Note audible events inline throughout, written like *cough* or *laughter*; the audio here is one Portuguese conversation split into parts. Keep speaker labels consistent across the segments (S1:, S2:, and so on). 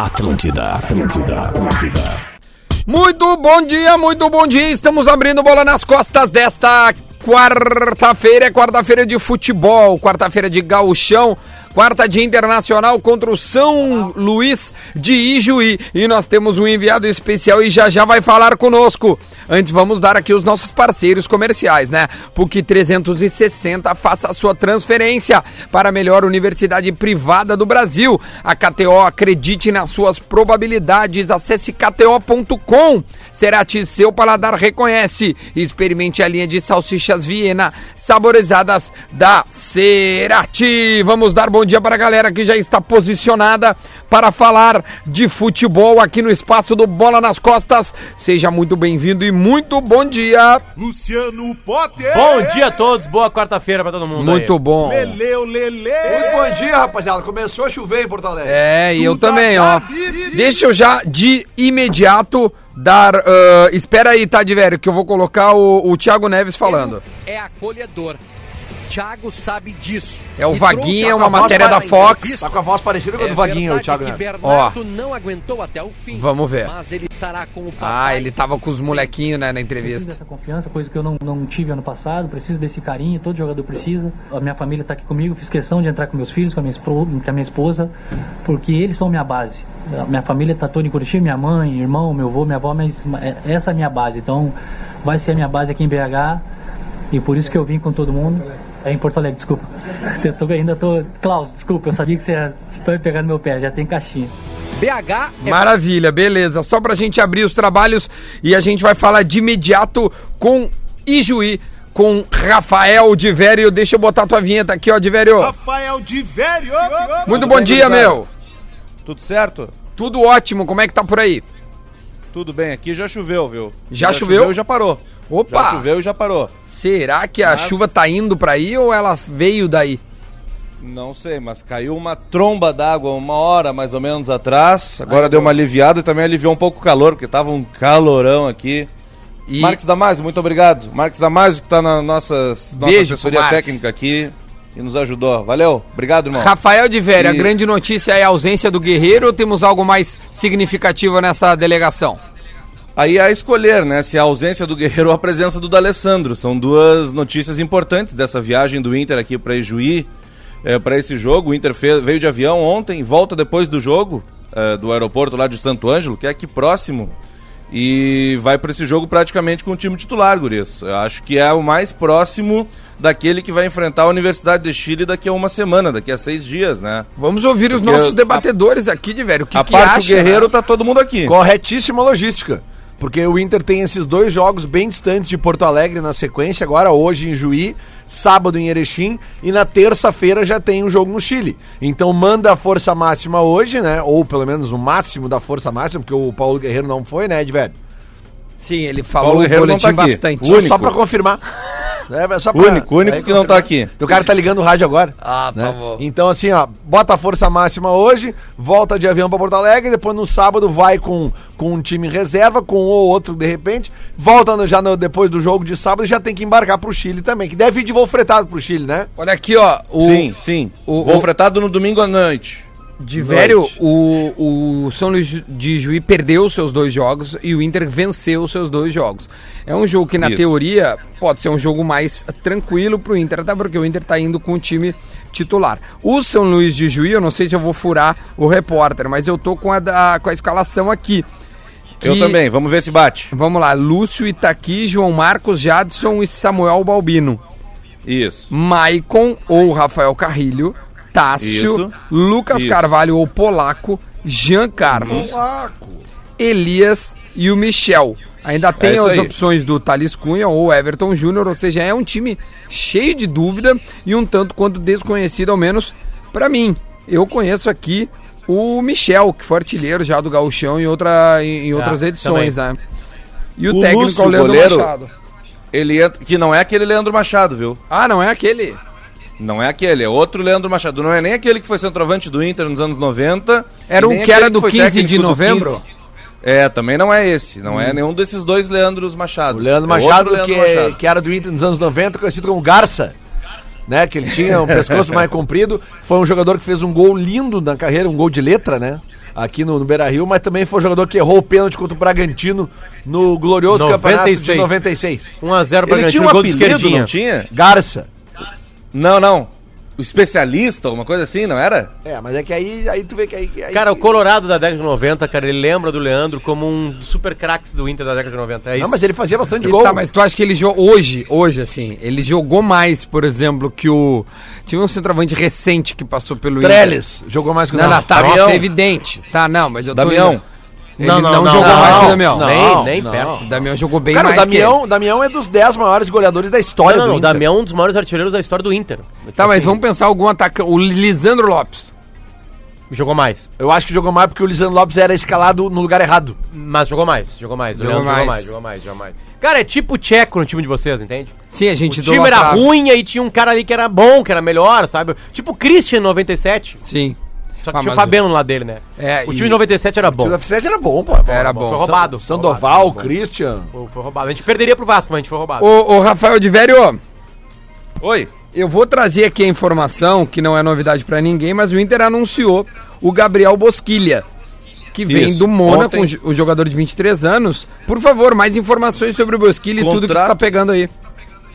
S1: Atlântida, Atlântida, Atlântida.
S2: Muito bom dia, muito bom dia. Estamos abrindo bola nas costas desta quarta-feira. É quarta-feira de futebol, quarta-feira de gauchão, quarta de internacional contra o São Luís de Ijuí. E nós temos um enviado especial e já já vai falar conosco. Antes vamos dar aqui os nossos parceiros comerciais, né? PUC 360 faça a sua transferência para a melhor universidade privada do Brasil. A KTO acredite nas suas probabilidades. Acesse kto.com. Cerati seu paladar reconhece. Experimente a linha de salsichas Viena saborizadas da Cerati. Vamos dar bom dia para a galera que já está posicionada para falar de futebol aqui no espaço do Bola nas Costas. Seja muito bem-vindo e muito bom dia.
S3: Luciano Potter.
S4: Bom dia a todos, boa quarta-feira pra todo mundo. aí.
S2: Muito bom.
S3: Leleu, Lele.
S5: Muito bom dia, rapaziada. Começou a chover em Porto Alegre.
S2: É, e eu
S3: Duda
S2: também, ó.
S3: Gabi.
S2: Deixa eu já de imediato dar. ah, espera aí, tá, de velho, que eu vou colocar o, o Thiago Neves falando.
S6: é acolhedor. Thiago sabe disso.
S2: É o
S6: E
S2: Vaguinha,
S6: trouxe a
S2: uma
S6: voz
S2: matéria
S6: para
S2: da Fox.
S6: entrevista.
S5: Tá com a voz parecida com a
S6: É
S5: do Vaguinho, o
S6: verdade
S5: Thiago
S6: que
S5: Neves.
S6: Bernardo não aguentou até o fim.
S2: Vamos ver.
S6: Mas ele estará com o
S2: Ah,
S6: papai.
S2: ele tava com os molequinhos, né, na
S7: preciso
S2: entrevista.
S7: dessa confiança, coisa que eu não, não tive ano passado, preciso desse carinho, todo jogador precisa. A minha família está aqui comigo, fiz questão de entrar com meus filhos, com a minha, espro- com a minha esposa, porque eles são minha base. A minha família está toda em Curitiba, minha mãe, irmão, meu avô, minha avó, mas é- essa é a minha base. Então, vai ser a minha base aqui em BH e por isso que eu vim com todo mundo. É em Porto Alegre, desculpa. *laughs* Eu tô, ainda tô. Klaus, desculpa, eu sabia que você ia- tô me pegando meu pé, já tem caixinha.
S6: BH é
S2: Maravilha, beleza. Só pra gente abrir os trabalhos e a gente vai falar de imediato com Ijuí, com Rafael de Vério. Deixa eu botar tua vinheta aqui, ó, de Vério.
S3: Rafael de Velho.
S2: Muito bom dia,
S8: gurizada?
S2: meu.
S8: Tudo certo?
S2: Tudo ótimo, como é que tá por aí?
S8: Tudo bem, aqui já choveu, viu?
S2: Já choveu?
S8: e já parou.
S2: Opa!
S8: Já choveu e já parou.
S2: Será que a
S8: Mas-
S2: chuva tá indo pra aí ou ela veio daí?
S8: Não sei, mas caiu uma tromba d'água uma hora mais ou menos atrás. Agora deu uma aliviada e também aliviou um pouco o calor, porque tava um calorão aqui.
S2: E
S8: Marcos Damasio, muito obrigado. Marcos Damasio que tá na nossas- nossa
S2: Beijo pro
S8: assessoria
S2: Marcos.
S8: técnica aqui e nos ajudou. Valeu, obrigado, irmão.
S2: Rafael de Vério, a
S8: E-
S2: grande notícia é a ausência do Guerreiro ou temos algo mais significativo nessa delegação?
S8: Aí é a escolher, né? Se a ausência do Guerreiro ou a presença do D'Alessandro. São duas notícias importantes dessa viagem do Inter aqui para Ijuí, para esse jogo. O Inter fe- veio de avião ontem, volta depois do jogo, eh, do aeroporto lá de Santo Ângelo, que é aqui próximo. E vai para esse jogo praticamente com o time titular, Guris. Eu acho que é o mais próximo daquele que vai enfrentar a Universidade de Chile daqui a uma semana, daqui a seis dias, né?
S2: Vamos ouvir os
S8: Porque
S2: nossos
S8: a-
S2: debatedores aqui, de Vério. O que,
S8: a
S2: que
S8: parte
S2: acha,
S8: do Guerreiro
S2: né?
S8: tá todo mundo aqui.
S5: Corretíssima logística. Porque o Inter tem esses dois jogos bem distantes de Porto Alegre na sequência, agora hoje em Juí, sábado em Erechim, e na terça-feira já tem um jogo no Chile. Então manda a força máxima hoje, né? Ou pelo menos o máximo da força máxima, porque o Paulo Guerreiro não foi, né, Edved?
S2: Sim, ele falou
S8: Paulo
S2: o
S8: Guerreiro não
S2: boletim
S8: tá aqui.
S2: bastante.
S8: Único.
S5: Só pra confirmar. É, só
S8: Único, único
S5: é,
S8: que não tá
S5: confirmar.
S8: aqui.
S5: O cara tá ligando o rádio agora.
S2: Ah, tá
S5: né?
S2: bom.
S5: Então, assim, ó, bota a força máxima hoje, volta de avião pra Porto Alegre, depois no sábado vai com, com um time em reserva, com um ou outro de repente, volta no- já no- depois do jogo de sábado e já tem que embarcar pro Chile também, que deve ir de voo fretado pro Chile, né?
S2: Olha aqui, ó. O,
S8: Sim, sim.
S2: o-
S8: Vou
S2: o-
S8: fretado no domingo à noite.
S2: De velho, o, o São Luís de Juí perdeu os seus dois jogos e o Inter venceu os seus dois jogos. É um jogo que, na
S8: Isso.
S2: teoria, pode ser um jogo mais tranquilo pro Inter, até porque o Inter tá indo com o time titular. O São Luís de Juí, eu não sei se eu vou furar o repórter, mas eu tô com a, da- com a escalação aqui.
S8: Eu
S2: Que-
S8: também, vamos ver se bate.
S2: Vamos lá, Lúcio Itaqui, João Marcos, Jadson e Samuel Balbino.
S8: Isso.
S2: Maicon ou Rafael Carrilho, Tássio,
S8: Isso.
S2: Lucas
S8: Isso. Uhum.
S2: Carvalho ou Polaco, Jean Carlos, Elias e o Michel. Ainda tem
S8: É isso
S2: as
S8: aí.
S2: opções do Thales Cunha ou Everton Júnior, ou seja, é um time cheio de dúvida e um tanto quanto desconhecido, ao menos pra mim. Eu conheço aqui o Michel, que foi artilheiro já do Gauchão em, outra, em, em outras edições, né? E o,
S8: Ah, O
S2: técnico
S8: Lúcio,
S2: é o Leandro
S8: goleiro.
S2: Machado.
S8: Ele entra, que não é aquele Leandro Machado, viu?
S2: Ah, não é aquele?
S8: Não é aquele, é outro Leandro Machado. Não é nem aquele que foi centroavante do Inter nos anos 90.
S2: Era
S8: e
S2: o
S8: nem
S2: que era
S8: aquele
S2: do
S8: foi
S2: 15 de
S8: técnico do
S2: novembro?
S8: 15. É, também não é esse. Não é nenhum desses dois Leandros Machado.
S5: O Leandro
S8: É outro
S5: Machado,
S8: Leandro
S5: que, é- que era do Inter nos anos 90, conhecido como Garça. Né, que ele tinha um pescoço mais comprido. Foi um jogador que fez um gol lindo na carreira, um gol de letra, né? aqui no, no Beira Rio, mas também foi o jogador que errou o pênalti contra o Bragantino no glorioso campeonato de
S4: 96.
S5: 96.
S4: 1x0
S8: Ele tinha
S4: Bragantino,
S8: um
S4: gol do
S8: apelido,
S4: esquerdinha.
S8: não tinha?
S5: Garça.
S8: Não, não. O especialista, alguma coisa assim, não era?
S5: É, mas é que aí, aí tu vê que aí. aí-
S4: Cara, o Colorado da década de 90, cara, ele lembra do Leandro como um dos super craques do Inter da década de 90. É isso.
S5: Não, mas ele fazia bastante gol.
S2: Tá, mas tu acha que ele jogou hoje, hoje assim, ele jogou mais, por exemplo, que o tive um centroavante recente que passou pelo
S5: Trellis jogou mais que o
S2: Não, não, tá,
S5: Damião.
S2: isso é evidente. Tá, não, mas eu tô
S8: Damião.
S2: indo- Ele não, jogou mais que o Damião.
S5: não.
S4: Nem, nem perto.
S2: O Damião jogou bem
S5: Cara, o
S2: mais
S5: Damião, Damião é dos 10 maiores goleadores da
S4: Não,
S5: história
S4: não, não,
S5: do
S4: o
S5: Inter.
S4: Damião é um dos maiores artilheiros da história do Inter.
S2: que ele. Tá,
S4: Assim.
S2: mas vamos pensar algum atacante, o Lisandro Lopes.
S4: Jogou mais.
S5: Eu acho que jogou mais porque o Lisandro Lopes era escalado no lugar errado.
S4: Mas jogou mais, jogou mais. o
S2: Jogou
S4: Leandro
S2: mais.
S4: Jogou mais, jogou mais, jogou mais. Cara, é tipo o Tcheco no time de vocês, entende?
S2: Sim, a
S4: O
S2: gente
S4: time era
S2: idolatrava.
S4: ruim e tinha um cara ali que era bom, que era melhor, sabe? Tipo o Christian em 97.
S2: Sim.
S4: Só que
S2: Ah,
S4: tinha o
S2: mas-
S4: Fabiano lá dele, né?
S2: É,
S4: o
S2: e-
S4: time de 97 era bom.
S5: O F7 era bom, pô.
S2: Era bom.
S4: Foi roubado.
S5: Sandoval,
S4: Foi roubado.
S5: Christian.
S4: Foi- Foi roubado. A gente perderia pro Vasco, mas a gente foi roubado.
S2: Ô, ô, Rafael de Vério,
S8: Oi.
S2: eu vou trazer aqui a informação, que não é novidade pra ninguém, mas o Inter anunciou o Gabriel Bosquilha, que vem
S8: Isso.
S2: do Mônaco,
S8: Ontem-
S2: um jo- o jogador de 23 anos. Por favor, mais informações sobre o Bosquilha e tudo que tu tá
S8: Contrato-
S2: pegando aí.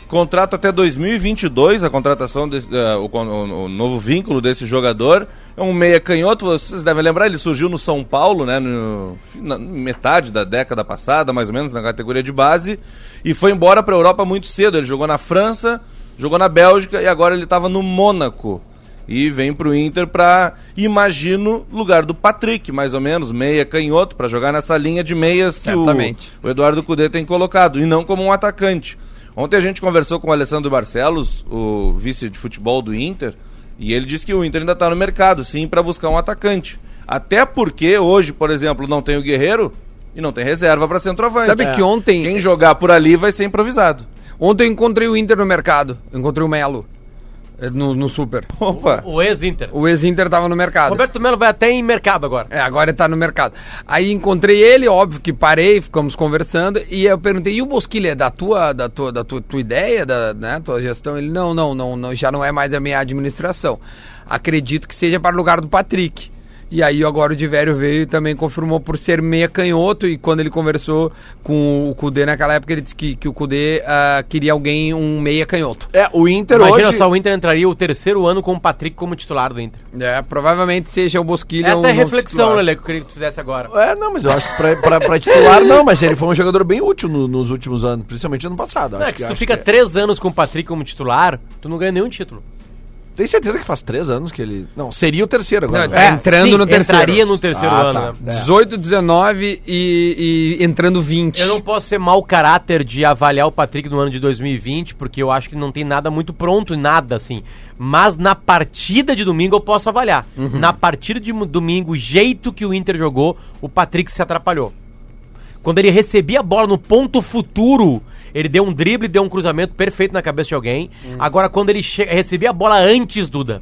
S8: Contrato até 2022, a contratação, desse, eh, o, con- o- o novo vínculo desse jogador. É um meia canhoto, vocês devem lembrar, ele surgiu no São Paulo, né? no- na metade da década passada, mais ou menos, na categoria de base. E foi embora para a Europa muito cedo. Ele jogou na França, jogou na Bélgica e agora ele estava no Mônaco. E vem para o Inter para, imagino, lugar do Patrick, mais ou menos, meia canhoto, para jogar nessa linha de meias que o,
S2: Certamente.
S8: o Eduardo Cudê tem colocado, e não como um atacante. Ontem a gente conversou com o Alessandro Barcelos, o vice de futebol do Inter, e ele disse que o Inter ainda está no mercado, sim, para buscar um atacante. Até porque hoje, por exemplo, não tem o Guerreiro e não tem reserva para centroavante. É.
S2: Sabe que ontem-
S8: Quem jogar por ali vai ser improvisado.
S2: Ontem eu encontrei o Inter no mercado, eu encontrei o Melo eh, no, no Super.
S8: Opa!
S4: O ex-Inter.
S2: O ex-Inter tava no mercado.
S4: Roberto Melo vai até em mercado agora.
S2: É, agora ele tá no mercado. Aí encontrei ele, óbvio que parei, ficamos conversando, e eu perguntei, e o Bosquilha, é da tua, da tua, da tua, tua ideia, da né, tua gestão? Ele, não, não, não, não, já não é mais a minha administração. Acredito que seja para o lugar do Patrick. E aí agora o Divério veio e também confirmou por ser meia canhoto, e quando ele conversou com o Cudê naquela época, ele disse que, que o Cudê ah, queria alguém, um meia canhoto.
S5: É, o Inter
S4: Imagina
S5: hoje.
S4: só, o Inter entraria o terceiro ano com o Patrick como titular do Inter.
S2: É, provavelmente seja o Bosquilha
S4: Essa
S2: um
S4: é a
S2: novo
S4: reflexão,
S2: titular.
S4: Lele, que eu queria que tu fizesse agora.
S5: É, não, mas eu acho que pra, pra- pra titular não, mas ele foi um jogador bem útil no- nos últimos anos, principalmente ano passado.
S4: Não,
S5: acho
S4: é que se tu
S5: acho
S4: fica
S5: é.
S4: três anos com o Patrick como titular, tu não ganha nenhum título.
S5: Tem certeza que faz três anos que ele. Não, seria o terceiro agora.
S2: Não,
S5: né?
S2: é, entrando no terceiro.
S4: Entraria no terceiro
S5: Ah,
S4: ano,
S5: tá.
S4: né?
S5: É.
S2: 18, 19 e, e entrando 20.
S4: Eu não posso ser mau caráter de avaliar o Patrick no ano de 2020, porque eu acho que não tem nada muito pronto, nada assim. Mas na partida de domingo eu posso avaliar.
S2: Uhum.
S4: Na partida de mu- domingo, o jeito que o Inter jogou, o Patrick se atrapalhou. Quando ele recebia a bola no ponto futuro, ele deu um drible, deu um cruzamento perfeito na cabeça de alguém.
S2: Uhum.
S4: Agora, quando ele che- recebia a bola antes, Duda,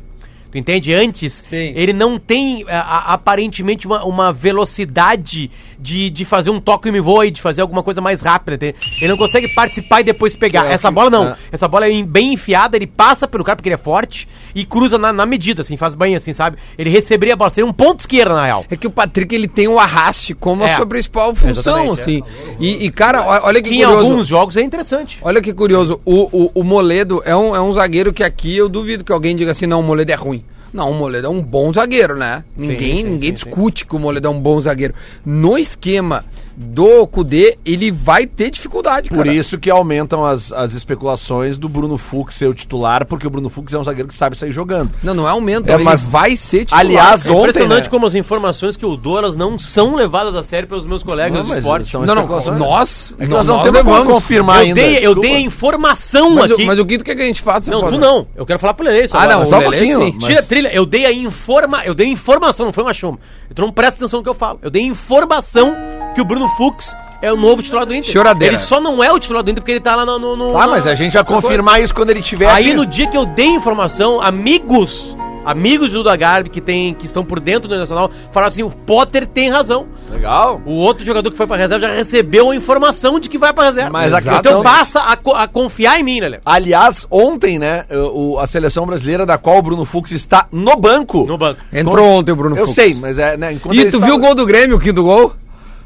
S4: tu entende? Antes,
S2: Sim.
S4: ele não tem a- a- aparentemente uma, uma velocidade de, de fazer um toque e me voe, de fazer alguma coisa mais rápida. entende? Ele não consegue participar e depois pegar. Essa bola não. Essa bola é em- bem enfiada, ele passa pelo cara porque ele é forte e cruza na, na medida, assim, faz banho, assim, sabe? Ele receberia a bola, seria um ponto esquerda, na real.
S2: É que o Patrick ele tem o arraste como a
S4: É.
S2: sua principal função,
S4: Exatamente,
S2: assim. E, e, cara, ó- olha que
S4: Que em
S2: curioso.
S4: alguns jogos é interessante.
S2: Olha que curioso. O, o, o Moledo é um, é um zagueiro que aqui eu duvido que alguém diga assim: não, o Moledo é ruim. Não, o Moledo é um bom zagueiro, né? Ninguém,
S4: sim,
S2: ninguém
S4: sim,
S2: discute que o Moledo é um bom zagueiro. No esquema do Cudê, ele vai ter dificuldade,
S5: Por isso que aumentam as, as especulações do Bruno Fux ser o titular, porque o Bruno Fux é um zagueiro que sabe sair jogando.
S2: Não, não é aumento,
S5: É,
S2: ele
S5: mas-
S2: vai ser
S5: Aliás,
S4: É
S5: ontem,
S4: impressionante
S5: né?
S4: como as informações que eu dou, elas não são levadas a sério pelos meus colegas do
S5: mas
S4: esporte.
S5: são
S2: Não, não,
S5: especulações.
S2: nós,
S5: É que nós não
S2: nós
S5: temos como
S2: levamos.
S5: confirmar
S4: Eu
S5: ainda.
S4: dei, eu
S5: desculpa.
S4: dei a informação
S2: Mas,
S4: aqui.
S2: o, mas o que tu quer que a gente faça?
S4: Não,
S2: Fábio?
S4: tu não. Eu quero falar pro Lelê isso
S2: Ah,
S4: agora.
S2: não,
S5: só
S2: o
S5: um
S2: Lelê,
S5: pouquinho,
S2: sim.
S5: mas-
S4: Tira a trilha, eu dei a informa, eu dei informação, não foi uma chuma. Então não presta atenção no que eu falo. Eu dei informação que o Bruno Fux é o novo titular do Inter.
S2: Choradeira.
S4: Ele só não é o titular do Inter porque ele tá lá no. no, no
S5: é Tá, mas a gente vai confirmar isso quando ele tiver
S4: Aí
S5: aqui.
S4: no dia que eu dei a informação, amigos amigos do Duda Garbi que, tem, que estão por dentro do Nacional, falaram assim: o Potter tem razão.
S5: Legal.
S4: O outro jogador que foi pra reserva já recebeu a informação de que vai pra reserva.
S5: Mas a questão-
S4: Então passa a, co- a confiar em mim, né, Léo?
S5: Aliás, ontem, né, o- o- a seleção brasileira, da qual o Bruno Fux está no banco.
S4: No banco.
S2: Entrou ontem o Bruno
S5: Eu
S2: Fux.
S5: sei, mas é, né, enquanto
S2: E
S5: ele
S2: tu
S5: estava-
S2: viu o gol do Grêmio, o quinto gol?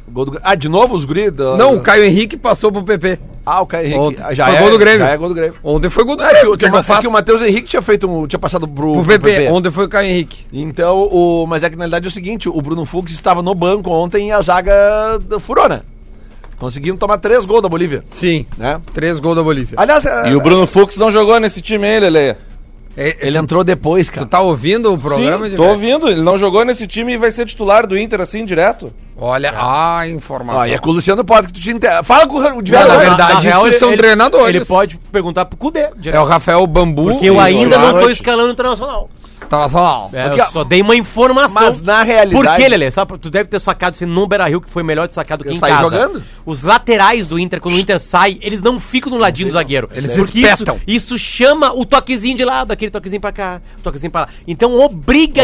S5: Gol do- Ah, de novo os guri? da-
S2: Não, o Caio Henrique passou pro PP.
S5: Ah, o Caio Henrique.
S2: Ontem.
S5: Ah, Já
S2: Foi
S5: é,
S2: gol do Grêmio.
S5: Já é gol do Grêmio.
S2: Ontem foi gol do
S5: É que,
S2: Grêmio,
S5: o-
S2: que,
S5: que,
S2: eu não
S5: o-
S2: faço.
S5: é que o Matheus Henrique tinha feito um, tinha passado pro,
S2: Pro PP. Ontem foi o Caio Henrique.
S5: Então, o, mas é que na realidade é o seguinte, o Bruno Fux estava no banco ontem e a zaga da- furou, né? Conseguiram tomar três gols da Bolívia,
S2: Sim.
S5: né?
S2: Três gols da Bolívia.
S5: Aliás, é-
S8: E o Bruno Fux não jogou nesse time aí, Lele.
S2: É,
S5: ele entrou depois, cara.
S2: Tu tá ouvindo o programa?
S8: Sim,
S2: de
S8: tô ouvindo. Ele não jogou nesse time e vai ser titular do Inter assim, direto.
S2: Olha a informação.
S5: Ó, e é com o Luciano Potter que tu te inter... Fala com o de
S2: Não, na
S5: verdade.
S2: verdade,
S4: é
S2: isso são treinadores.
S4: Ele pode perguntar pro Cudê.
S2: É o Rafael Bambu. Tá
S4: Porque eu ainda não tô
S5: Noite.
S4: escalando o Internacional.
S2: Internacional.
S4: É,
S5: Porque,
S4: eu só dei uma informação.
S5: Mas na realidade-
S4: Por que, é Lele? Sabe, tu deve ter sacado esse no Beira Rio, que foi melhor de sacado que
S5: Eu
S4: em
S5: saí
S4: casa.
S5: jogando.
S4: Os laterais do Inter, quando o Inter sai, eles não ficam no ladinho do zagueiro.
S2: Eles
S4: porque
S2: espetam.
S4: Isso, isso chama o toquezinho de lado, aquele toquezinho pra cá, toquezinho pra lá. Então obriga,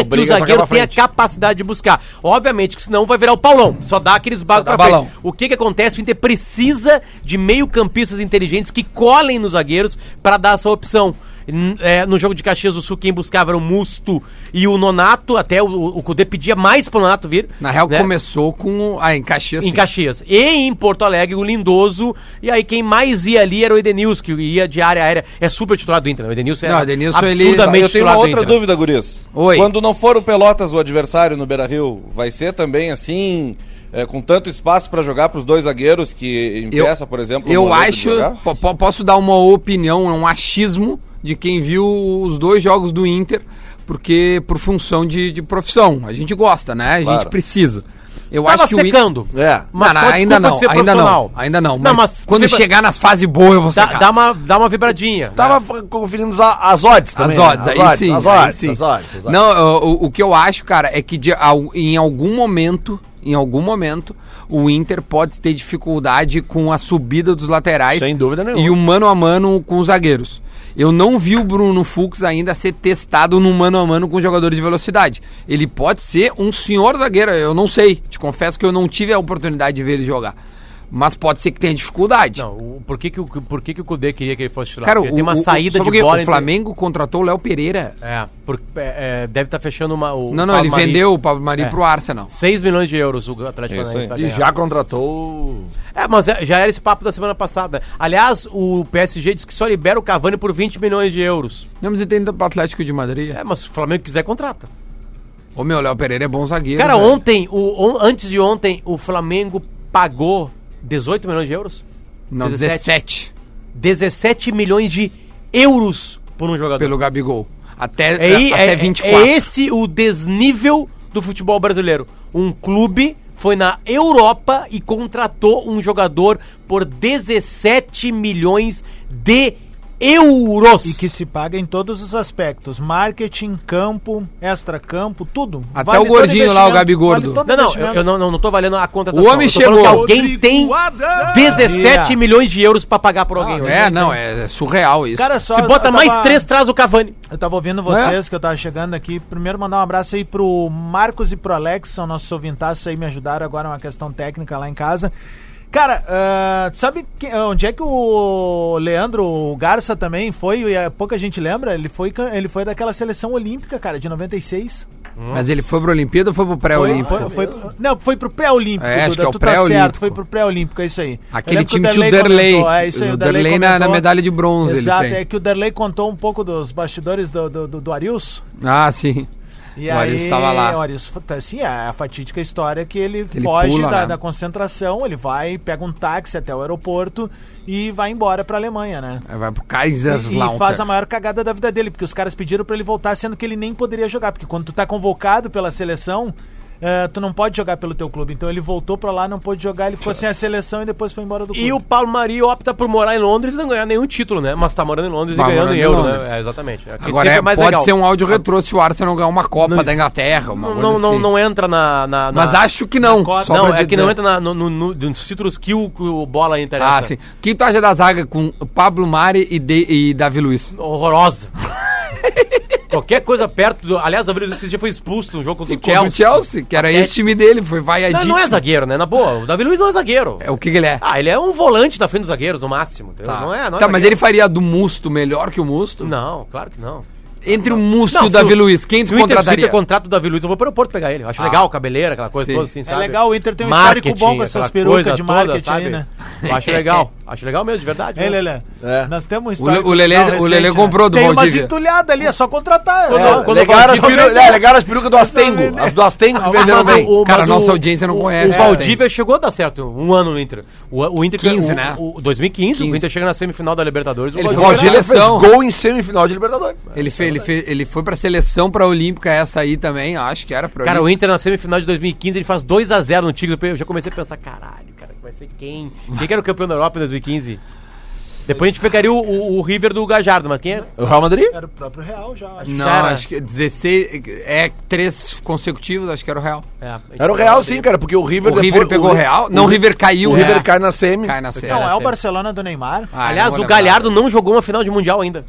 S5: Obriga a
S4: que o
S5: tocar
S4: zagueiro
S5: pra
S4: tenha
S5: frente.
S4: capacidade de buscar. Obviamente que senão vai virar o Paulão. Só dá aqueles bagos
S2: dá
S4: pra frente.
S2: balão.
S4: O que que acontece? O Inter precisa de meio campistas inteligentes que colhem nos zagueiros pra dar essa opção. N- é, no jogo de Caxias do Sul, quem buscava era o Musto e o Nonato. Até o, o Cudê pedia mais pro Nonato vir.
S2: Na real,
S4: né?
S2: começou com. Ah, em Caxias.
S4: Em
S2: sim.
S4: Caxias. E em Porto Alegre, o Lindoso. E aí, quem mais ia ali era o Edenilson, que ia de área aérea. É super titular do Inter. né? O Edenilson é
S2: Não, o Edenilson, ele-
S8: Tá,
S4: absurdamente
S8: eu tenho uma
S4: titular do
S8: outra
S4: Inter. né?
S8: dúvida, Guris.
S2: Oi.
S8: Quando não for o Pelotas o adversário no Beira Rio, vai ser também assim, é, com tanto espaço pra jogar pros dois zagueiros que impeça, por exemplo, o
S2: Eu
S8: Moledo de
S2: acho.
S8: jogar?
S2: po- po- posso dar uma opinião, um achismo de quem viu os dois jogos do Inter, porque por função de, de profissão. A gente gosta, né? A gente
S8: Claro.
S2: precisa. Eu
S4: Tava
S2: acho que o Inter.
S4: secando.
S5: É.
S4: Mas
S2: Não, não,
S4: qual a
S2: ainda
S4: desculpa
S2: não,
S4: de ser
S2: ainda não,
S4: profissional?
S2: ainda não. Mas,
S4: Não, mas
S2: quando
S4: vibra-
S2: chegar nas fases boas eu vou
S4: Dá,
S2: secar.
S4: dá uma, dá uma vibradinha. né?
S5: Tava f- conferindo as, as odds
S2: As
S5: também. né?
S2: odds, aí sim,
S5: as
S2: aí
S5: odds,
S2: sim.
S5: as odds, as odds.
S2: Não, o, o que eu acho, cara, é que de al- em algum momento, em algum momento, o Inter pode ter dificuldade com a subida dos laterais.
S5: Sem dúvida nenhuma.
S2: E o mano a mano com os zagueiros. Eu não vi o Bruno Fux ainda ser testado no mano a mano com jogadores de velocidade. Ele pode ser um senhor zagueiro, eu não sei. Te confesso que eu não tive a oportunidade de ver ele jogar. Mas pode ser que tenha dificuldade.
S4: Não, o- por que que o, por que que o Kudê queria que ele fosse titular?
S2: Cara,
S4: Porque tem uma saída
S2: só
S4: de
S2: porque
S4: bola...
S2: O
S4: entre-
S2: Flamengo contratou o Léo Pereira.
S4: É, por- é, é, deve estar fechando uma... O
S2: Não, não,
S4: Pablo
S2: ele
S4: Mari-
S2: vendeu o Pablo Mari
S4: É.
S2: pro Arsenal.
S4: 6 milhões de euros o Atlético
S8: Isso
S4: Paranaense
S8: aí.
S4: vai
S5: E
S4: ganhar.
S5: já contratou.
S4: É, mas é- já era esse papo da semana passada. Aliás, o PSG disse que só libera o Cavani por 20 milhões de euros.
S2: Não, mas ele tem ido pro Atlético de Madrid.
S4: É, mas se o Flamengo quiser, contrata.
S2: Ô meu, Léo Pereira é bom zagueiro.
S4: Cara,
S2: velho.
S4: ontem, o, on- antes de ontem, o Flamengo pagou 18 milhões de euros?
S2: Não, 17.
S4: 17 milhões de euros por um jogador.
S2: Pelo Gabigol. Até,
S4: É, i-
S2: até
S4: é-
S2: 24.
S4: é esse o desnível do futebol brasileiro. Um clube foi na Europa e contratou um jogador por 17 milhões de euros.
S9: E que se paga em todos os aspectos: marketing, campo, extracampo, tudo.
S2: Até o gordinho lá, o Gabi Gordo.
S4: Não, não, eu, eu não, não, não tô valendo a contratação.
S2: tá O homem
S4: eu tô falando
S2: chegou.
S4: que alguém tem
S3: Adams.
S4: 17 milhões de euros pra pagar por alguém. hoje.
S2: É, não, é, é surreal isso.
S9: Cara, só,
S4: Se bota
S9: eu
S4: mais
S9: tava-
S4: três, traz o Cavani.
S9: Eu tava
S2: É?
S9: ouvindo vocês, que eu tava chegando aqui. Primeiro, mandar um abraço aí pro Marcos e pro Alex, são nossos ouvintaços aí, me ajudaram agora é uma questão técnica lá em casa. Cara, ah, sabe que- onde é que o Leandro Garça também foi? E eh, pouca gente lembra, ele foi, can- ele foi daquela seleção olímpica, cara, de 96.
S2: Mas ele foi pro Olimpíada ou foi pro
S9: Foi,
S2: pré-olímpico?
S9: foi, foi, não, foi pro pré-olímpico,
S2: É, acho que é o
S9: tu tá
S2: pré-olímpico.
S9: certo, foi pro pré-olímpico, é isso aí. Eu
S2: Aquele
S9: lembro que
S2: time tinha o
S9: comentou,
S2: Derlei.
S9: É isso aí,
S2: O Derlei na-
S9: comentou.
S2: na medalha de bronze ele
S9: Exato,
S2: tem.
S9: é que o Derlei contou um pouco dos bastidores do, do, do, do Arius.
S2: Ah, sim.
S9: E
S2: O
S9: aí,
S2: Arius tava lá.
S9: o Arius, tá, sim, é a fatídica história que ele,
S2: ele
S9: foge
S2: pula,
S9: da,
S2: né?
S9: da concentração, ele vai, pega um táxi até o aeroporto e vai embora pra Alemanha, né?
S2: Aí É, Vai pro
S9: E, e
S2: Kaiserslautern.
S9: faz a maior cagada da vida dele, porque os caras pediram pra ele voltar, sendo que ele nem poderia jogar, porque quando tu tá convocado pela seleção, eh, tu não pode jogar pelo teu clube. Então ele voltou pra lá, não pôde jogar, ele ficou sem a seleção e depois foi embora do clube.
S4: E o Paulo Mari opta por morar em Londres e não ganhar nenhum título, né? Mas tá morando em Londres
S2: Tá
S4: e ganhando
S2: morando
S4: em
S2: em
S4: euro,
S2: Londres.
S4: né? É, exatamente. Aqui
S2: Agora
S4: sempre
S2: é,
S4: é mais
S2: pode
S4: legal.
S2: ser um áudio retrô se o Arsenal ganhar uma Copa
S4: Não,
S2: da Inglaterra, uma
S4: Não,
S2: coisa
S4: não, não,
S2: assim.
S4: não entra na. na- na-
S2: Mas acho que não. só
S4: não,
S2: pra
S4: é que
S2: dizer.
S4: não entra na, no, no, no- nos títulos que o, que o bola interessa.
S2: Ah, sim. O que tu acha da zaga com Pablo Mari e, De- e Davi Luiz?
S4: Horrorosa. *laughs* Qualquer coisa perto do. Aliás, o Davi esse dia foi expulso no jogo contra o
S2: Contra
S4: Chelsea.
S2: o Chelsea, que era esse time dele, foi
S4: Não,
S2: vaiadíssimo.
S4: não é zagueiro, né? Na boa, o Davi Luiz não é zagueiro.
S2: É, o que, que ele é?
S4: Ah, ele é um volante da frente dos zagueiros, no máximo. entendeu?
S2: tá,
S4: Não é, não
S2: tá
S4: é
S2: mas
S4: zagueiro.
S2: ele faria do Musto melhor que o Musto?
S4: Não, claro que não.
S2: Entre o Musto
S4: Não,
S2: e o
S4: se
S2: Davi Luiz, quem
S4: se
S2: tu
S4: o Inter, se o
S2: contrataria? Ah.
S4: Inter contrata o Davi Luiz, eu vou pro aeroporto pegar ele. Eu acho legal, cabeleira, aquela coisa
S2: Sim.
S4: toda assim,
S9: É
S4: sabe?
S9: legal, o Inter tem um histórico bom com
S4: Marketing,
S9: essas
S4: aquela
S9: perucas
S4: coisa
S9: de
S4: toda,
S9: marketing
S4: sabe?
S9: aí, né?
S4: Eu acho legal. Acho legal mesmo, de verdade.
S9: É,
S4: mesmo.
S9: Lelê.
S5: É.
S9: Nós temos um
S2: O Le-
S9: histórico.
S2: o Lelê-
S9: não,
S2: o
S9: recente, né?
S2: Lelê comprou do
S9: Tem umas
S2: Valdívia.
S9: entulhadas ali, é só contratar. é só-
S5: É,
S4: quando
S5: legaram,
S4: eu
S5: as
S4: falo-
S5: peru... é, legaram *laughs* as perucas do Astengo. As do né? Astengo
S4: Ah,
S5: que venderam
S9: Mas o-
S5: bem.
S9: o-
S2: Cara,
S9: mas
S2: nossa
S9: o-
S2: audiência não
S9: o-
S2: conhece.
S4: O
S2: tem.
S4: Valdívia chegou a dar certo um ano no Inter. O, o Inter
S2: 15,
S4: o-
S2: né?
S4: O, 2015,
S2: 15.
S4: o Inter chega na semifinal da Libertadores.
S2: Ele
S4: o
S2: foi de seleção.
S5: gol em semifinal de Libertadores.
S2: Ele, fez, ele, fez, ele foi pra seleção pra Olímpica essa aí também, acho que era pra
S4: Cara, o
S2: Olímpica.
S4: Inter na semifinal de 2015 ele faz 2x0 no Tigre. Eu já comecei a pensar, caralho, cara, vai ser quem? Quem que era o campeão da Europa em 2015? Depois a gente pegaria o, o- o River do Gajardo, mas quem é?
S5: O Real Madrid?
S9: Era o próprio Real já. acho.
S2: Não,
S4: cara-
S2: acho que 16, é três consecutivos, acho que era o Real.
S4: é, a gente
S5: Era o Real sim, cara, porque o River
S2: O River pegou o Real? Não, o River caiu.
S5: O
S2: né?
S5: River cai na semi.
S2: Cai na série.
S4: Era
S9: Não, é o
S4: sempre.
S9: Barcelona do Neymar.
S2: Ah, não
S4: Aliás,
S2: vou
S4: o
S2: lembrar.
S4: Galhardo não jogou uma final de Mundial ainda,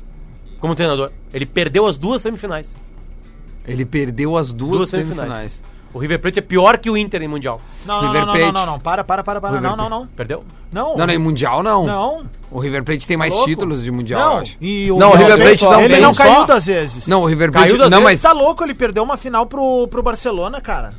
S4: como treinador. Ele perdeu as duas semifinais.
S2: Ele perdeu as duas,
S4: Duas
S2: semifinais.
S4: semifinais. O River Plate é pior que o Inter em Mundial.
S9: Não, não,
S2: River
S9: não, não, não,
S2: Plate.
S9: não, não. Para, para, para, para.
S2: River
S9: Não, não, não.
S4: Perdeu?
S9: Não.
S2: Não, não, em Mundial não.
S9: Não.
S2: O River Plate
S4: Tá
S2: tem mais
S9: Louco.
S2: títulos de Mundial, eu
S9: não.
S2: acho.
S9: E o
S5: Não, o River Plate não
S9: Ele
S5: tem
S9: não
S5: só.
S9: caiu duas vezes.
S2: Não, o River
S4: Caiu
S2: Plate.
S4: das
S2: Não, mas.
S9: Mas tá louco, ele perdeu uma final pro, pro Barcelona, cara.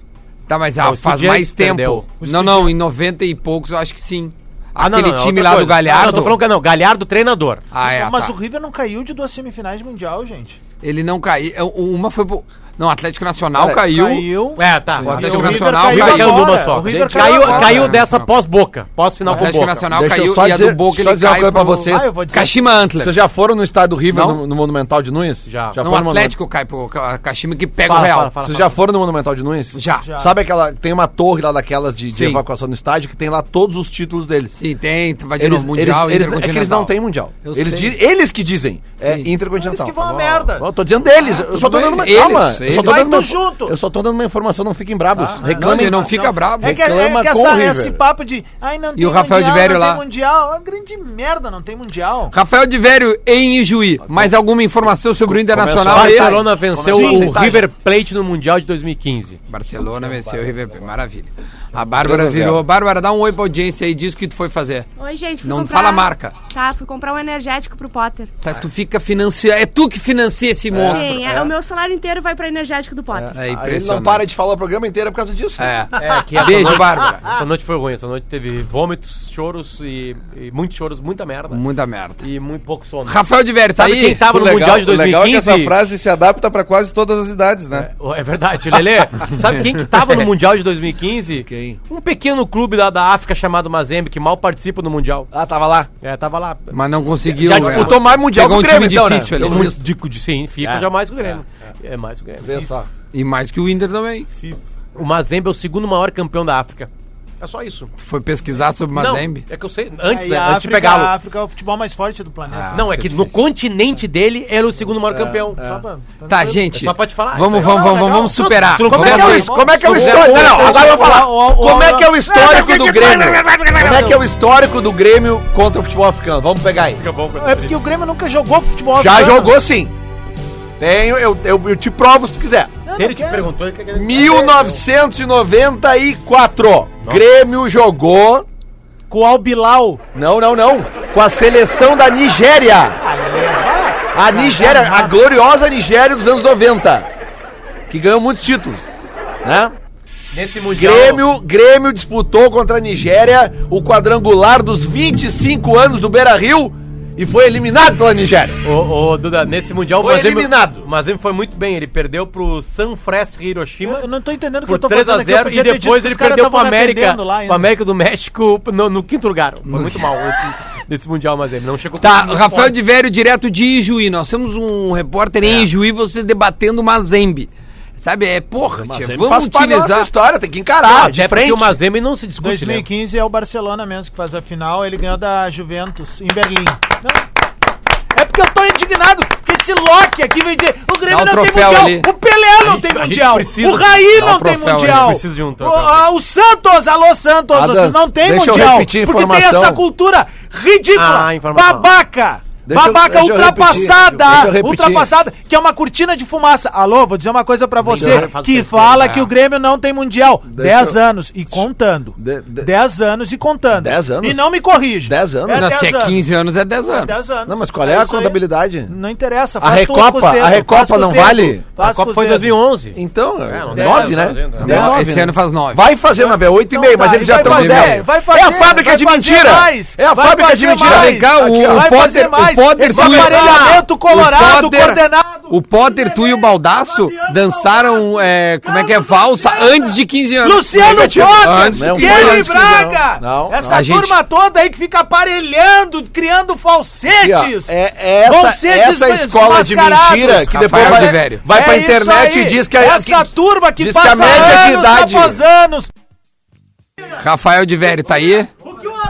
S2: Tá, mas ah,
S4: o
S2: faz
S4: Estudiantes
S2: mais tempo.
S4: perdeu.
S9: O
S2: Não, não, em 90 e poucos eu acho que sim.
S4: Ah, não,
S2: Aquele
S4: não, é
S2: time
S4: outra
S2: lá
S4: coisa.
S2: do Galhardo.
S4: Não, não, tô falando que não. Galhardo, treinador.
S2: Ah, é.
S9: Mas
S2: tá.
S9: o River não caiu de duas semifinais de mundial, gente.
S2: Ele não caiu. é, Uma foi pro. Não, Atlético Nacional
S5: Cara,
S2: caiu.
S9: Caiu.
S4: É, tá.
S2: O Atlético
S9: E o River
S2: Nacional
S9: caiu
S2: caiu
S9: agora.
S4: de uma só.
S9: O River
S5: Gente,
S4: Caiu,
S9: agora.
S4: caiu
S2: Boca,
S4: dessa
S2: Nacional.
S4: pós-boca. Pós-final com o
S2: Atlético
S4: Boca.
S2: Nacional
S5: Deixa eu
S2: caiu
S5: só
S2: e a
S5: dizer-
S2: do Boca
S5: só
S2: ele
S5: dizer uma
S2: cai
S5: coisa pra
S2: pro-
S5: vocês.
S9: Ah, eu vou dizer.
S2: Kashima Antlers.
S5: Vocês já foram no estádio do River,
S2: Não.
S5: no, no Monumental de Nunes?
S4: Já.
S5: já
S2: não,
S5: foram
S2: o
S5: no
S2: Atlético cai pro Ca- Kashima que pega
S4: Fala,
S2: o Real.
S4: fala, fala.
S5: Vocês já foram no Monumental de Nunes?
S2: Já.
S9: Já.
S5: Sabe aquela. Tem uma torre lá daquelas de, de
S2: Sim.
S5: evacuação no estádio que tem lá todos os títulos deles.
S2: Sim, tem, tu vai de
S5: Eles,
S2: novo Mundial e
S5: eles, eles, é que eles não têm mundial.
S2: Eu
S5: Eles,
S2: sei.
S5: diz- eles que dizem. É
S2: Sim. Ah,
S9: Eles
S5: intercontinental.
S9: que vão a
S5: Tá bom.
S9: merda.
S5: Eu tô dizendo deles. eu só tô
S2: tudo
S5: dando
S2: bem.
S5: uma.
S2: Eles,
S5: calma.
S2: eles.
S5: Eu
S2: Ah.
S5: só tô
S9: Vai
S5: dando uma,
S9: tu junto.
S5: Eu só tô dando uma informação, não fiquem bravos.
S2: Não,
S5: Reclamem.
S2: ele não fica bravo.
S9: É que, é
S5: Reclama
S9: que
S5: com o
S9: essa,
S5: River.
S9: esse papo de. Ai, não
S2: o Rafael
S9: mundial,
S2: de Vério
S9: não
S2: lá?
S9: tem mundial. É uma grande merda, não tem mundial.
S2: Rafael de Vério em Ijuí. Mais alguma informação sobre o Internacional aí?
S4: Barcelona venceu
S5: Sim,
S4: o
S5: tá,
S4: River Plate no Mundial de 2015.
S2: Barcelona venceu o River Plate. Maravilha. A Bárbara
S8: 3 a 0.
S2: virou. Bárbara, dá um oi pra audiência aí. Diz o que tu foi fazer.
S10: Oi, gente. fui
S2: Não fala a marca.
S10: Tá, fui comprar um energético pro Potter.
S2: Tá, tu fica financiando. É tu que financia esse monstro.
S10: Sim, é, o meu salário inteiro vai pra energético do Potter.
S2: É
S5: Aí Ele
S2: impressionante.
S5: não para de falar o programa inteiro por causa disso.
S2: É.
S4: É, que essa
S2: Beijo,
S4: noite-
S2: Bárbara.
S4: Essa noite foi ruim. Essa noite teve vômitos, choros e, e muitos choros, muita merda.
S2: Muita merda.
S4: E muito pouco sono.
S2: Rafael de Vério, tá
S4: Sabe
S2: aí?
S4: quem tava
S8: O
S4: no
S8: legal-
S4: Mundial de
S8: o legal é que
S4: 2015?
S8: essa frase se adapta pra quase todas as idades, né?
S4: É verdade, Lelê. Sabe quem que tava no Mundial de 2015?
S5: Quem?
S4: Um pequeno clube lá da África chamado Mazembe, que mal participa do Mundial.
S5: Ah, tava lá.
S4: É, tava lá.
S2: Mas não conseguiu.
S4: Já
S2: é.
S5: disputou mais Mundial
S2: Pegou
S5: que
S2: um
S5: o
S2: time
S5: Grêmio, então, né?
S2: difícil
S5: Pelo
S2: ali.
S5: menos.
S4: Dico de sim, fica
S5: É.
S4: já mais que o Grêmio. É, mais que o Grêmio.
S5: Vê só.
S2: E mais que o Inter também.
S4: O Mazembe é o segundo maior campeão da África. É só isso.
S2: Tu foi pesquisar sobre Mazembe?
S4: Não, é que eu sei, antes,
S9: Aí
S4: né?
S9: a
S4: Antes de
S9: África- A
S4: pegá-lo.
S9: África é o futebol mais forte do planeta.
S2: Ah,
S4: Não, é
S2: fica
S4: que no
S2: difícil.
S4: continente dele era o segundo maior campeão.
S9: é.
S4: Só pra-
S2: Tá, gente.
S4: é só pra te falar,
S2: Vamos,
S4: isso aí.
S2: vamos, vamos, vamos
S4: Não,
S2: superar.
S4: tu não
S5: Como é que é o, his- como é que é o histórico? Não, não, agora eu vou falar. Como é que é o histórico do Grêmio? Como é que é o histórico do Grêmio contra o futebol africano? Vamos pegar aí.
S9: É porque o Grêmio nunca jogou futebol.
S5: Já
S9: africano.
S5: jogou sim. Tenho, eu, eu, eu te provo se tu quiser.
S9: Não,
S4: Se ele
S9: não
S4: te
S9: quero.
S4: perguntou, ele quer que ele-
S5: 1994. Grêmio jogou.
S9: Com o Albilau.
S5: Não, não, não. Com a seleção da Nigéria. A Nigéria, a gloriosa Nigéria dos anos 90. Que ganhou muitos títulos. Né?
S4: Nesse mundial.
S5: Grêmio, Grêmio disputou contra a Nigéria o quadrangular dos 25 anos do Beira Rio e foi eliminado pela Nigéria.
S4: Ô, ô, Duda, nesse mundial
S5: Foi
S4: Mazembe-
S5: eliminado.
S4: o Mazembe foi muito bem. Ele perdeu pro Sanfres Hiroshima.
S9: Eu não tô entendendo o
S4: por
S9: que eu tô
S4: 3 a
S9: aqui, eu
S4: 0
S9: podia
S4: e
S9: ter dito
S4: depois
S9: que
S4: ele
S9: os caras
S4: perdeu pro
S9: tavam me
S4: América,
S9: atendendo lá ainda.
S4: pro América do México no, no quinto lugar. Foi muito mal
S2: *laughs*
S4: esse, nesse mundial, mas ele não chegou.
S2: Tá,
S4: muito
S2: Rafael
S4: forte.
S2: de Vério, direto de Ijuí. Nós temos um repórter
S4: É.
S2: em Ijuí, você debatendo Mazembe. Sabe, é porra, tia, vamos
S5: Faz parte da nossa
S2: utilizar...
S5: história, tem que
S4: Ah,
S2: Tá,
S5: encarar,
S4: até
S5: de
S4: porque
S5: frente.
S4: o Mazembe não se discute, né?
S9: 2015 é o Barcelona mesmo que faz a final. Ele ganhou da Juventus em Berlim. Não. É porque eu tô indignado. Porque esse Loki aqui vem dizer: o Grêmio
S2: Dá um
S9: não tem
S2: troféu
S9: mundial.
S2: ali.
S9: O Pelé
S4: A
S9: não
S4: gente-
S9: tem
S4: a gente
S9: mundial.
S4: precisa.
S9: O Raí
S2: Dá um
S9: não tem
S2: troféu ali,
S9: mundial.
S4: precisa de um troféu.
S9: O, ah, o Santos, alô Santos,
S5: Adams,
S9: vocês não tem
S5: deixa eu
S9: mundial.
S5: repetir a
S9: porque tem
S5: informação.
S9: essa cultura ridícula,
S4: Ah, informação.
S9: babaca.
S5: Deixa eu-
S9: Babaca
S5: deixa eu
S9: ultrapassada!
S5: repetir, deixa eu repetir.
S9: ultrapassada, que é uma cortina de fumaça. Alô, vou dizer uma coisa pra você
S4: Cara, faz o
S9: que
S4: terceiro,
S9: fala
S4: é.
S9: que o Grêmio não tem mundial.
S5: Deixa
S9: 10
S5: eu-
S9: anos e contando.
S5: De- de-
S9: 10 anos e contando.
S5: 10 anos?
S9: E não me corrige.
S5: 10 anos?
S9: É
S2: Não,
S9: 10
S2: se é
S9: anos.
S2: 15 anos, é 10 anos.
S9: 10 anos.
S5: Não, mas qual é a
S9: isso aí. Hum.
S5: contabilidade?
S9: Não interessa.
S5: A
S9: tudo com os
S5: Recopa- a
S9: dedos,
S5: Recopa
S9: faz com os
S5: não
S9: dedos,
S5: vale?
S9: faz
S4: a Copa
S9: com
S4: foi em
S9: os dedos.
S4: 2011.
S5: Então,
S4: É, não
S5: 9,
S4: deve,
S5: né?
S4: não
S5: Deu
S4: deve.
S5: nove,
S2: Esse
S5: né?
S2: ano faz 9.
S5: Vai fazer, na verdade, 8 e
S9: Então
S5: meio,
S9: tá,
S5: mas eles
S9: e
S5: já
S9: vai
S5: estão
S9: fazer, vai fazer,
S5: É a fábrica
S9: vai
S5: de
S9: fazer
S5: mentira.
S9: mais,
S5: é a
S9: vai
S5: fábrica
S9: fazer
S5: de mentira.
S9: mais.
S5: Vem cá,
S2: o-
S5: aqui, ó.
S2: o
S9: Vai fazer
S2: Potter-
S9: mais.
S2: o Potter
S9: Esse
S2: tu e o-
S5: Ah,
S9: aparelhamento colorado,
S2: o Potter-
S9: coordenado.
S2: O Potter, tu e o Baldaço dançaram, é, como é que é, valsa antes de 15 anos.
S9: Luciano
S5: Negativo.
S9: Potter,
S5: Antes, é não,
S9: Guilherme
S5: antes que não.
S9: Braga,
S5: Não, não.
S9: essa
S2: A gente-
S9: turma toda aí que fica aparelhando, criando
S5: Aqui,
S9: falsetes.
S5: ó, é, é essa, essa
S9: des-
S5: escola de
S9: desmascarados.
S5: mentira que depois
S2: Rafael
S5: vai,
S2: Oliveira.
S5: vai pra
S9: É isso
S5: internet
S9: aí,
S5: e diz que é-
S9: essa
S5: que-
S9: turma que
S5: diz que a
S9: passa
S5: média de
S9: anos
S5: idade-
S9: após anos.
S2: Rafael de Vério tá aí.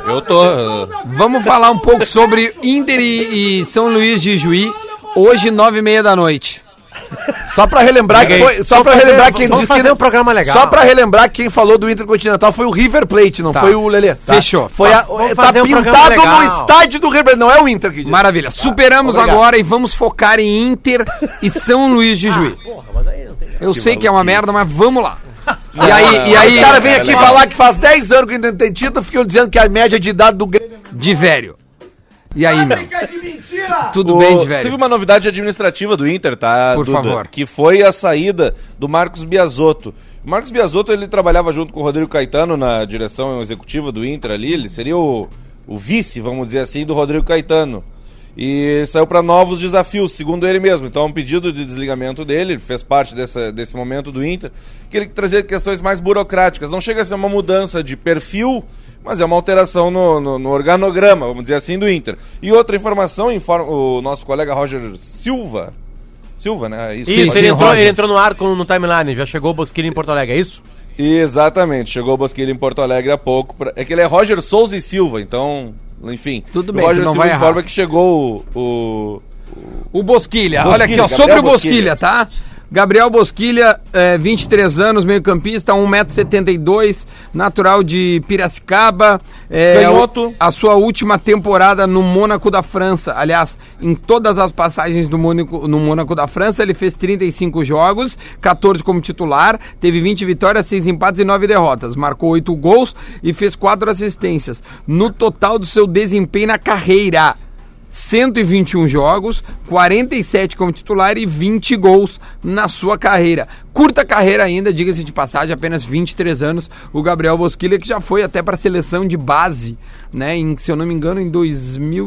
S8: Eu tô. eh,
S2: Vamos falar um pouco sobre Inter e, e São Luís de Juí. Hoje, 9 e meia da noite.
S5: Só pra relembrar que foi, só pra relembrar quem
S4: vamos
S5: disse
S4: fazer
S5: que
S9: é
S4: um programa legal.
S5: Só pra relembrar que quem falou do Intercontinental foi o River Plate, não
S2: Tá.
S5: foi o Lelê. tá?
S2: Fechou.
S5: Foi a,
S4: Vamos
S5: tá
S4: fazer um programa
S5: pintado
S4: legal.
S5: no estádio do River, Plate, não é o Inter que diz.
S2: Maravilha. Superamos
S5: obrigado.
S2: agora e vamos focar em Inter e São Luís de Juí. Eu sei que é uma merda, mas vamos lá. E aí, e aí
S5: Os caras vêm aqui
S9: né?
S8: legal.
S5: falar que faz 10 anos que o Inter não tem título, ficam dizendo que a média de idade do Grêmio
S2: de velho. E aí, meu? Tudo
S8: O-
S2: bem, de
S8: Teve
S2: velho?
S8: uma novidade administrativa do Inter, tá?
S2: Por favor.
S8: Que foi a saída do Marcos Biasotto. O Marcos Biasotto, ele trabalhava junto com o Rodrigo Caetano na direção executiva do Inter ali. Ele seria o, o vice, vamos dizer assim, do Rodrigo Caetano. E saiu para novos desafios, segundo ele mesmo. Então, um pedido de desligamento dele, ele fez parte dessa, desse momento do Inter, que ele trazia questões mais burocráticas. Não chega a ser uma mudança de perfil, mas é uma alteração no, no- no organograma, vamos dizer assim, do Inter. E outra informação, informa, o nosso colega Roger Silva. Silva, né? Isso,
S4: Isso,
S2: sim,
S4: ele, entrou,
S2: Roger.
S4: ele entrou no ar com, no timeline, já chegou o Bosquilha em Porto Alegre, é isso?
S8: Exatamente. Chegou o Bosquilha em Porto Alegre há pouco. pra- É que ele é Roger Souza e Silva, então, enfim.
S2: Tudo
S8: O
S2: bem,
S8: Roger
S2: tu não
S8: Silva
S2: vai
S8: informa
S2: errar.
S8: que chegou o- o
S2: O Bosquilha.
S8: Bosquilha,
S2: Olha aqui, ó,
S8: Gabriel
S2: sobre o Bosquilha,
S8: Bosquilha.
S2: tá? Gabriel Bosquilha, eh, 23 anos, meio-campista, 1,72m, natural de Piracicaba. eh,
S8: Canhoto.
S2: o- a sua última temporada no Mônaco da França. Aliás, em todas as passagens do Mônaco, no Mônaco da França, ele fez 35 jogos, 14 como titular, teve 20 vitórias, 6 empates e 9 derrotas. Marcou 8 gols e fez 4 assistências. No total do seu desempenho na carreira, 121 jogos, 47 como titular e 20 gols na sua carreira. Curta carreira ainda, diga-se de passagem, apenas 23 anos, o Gabriel Bosquilha, que já foi até para a seleção de base, né? Em, se eu não me engano, em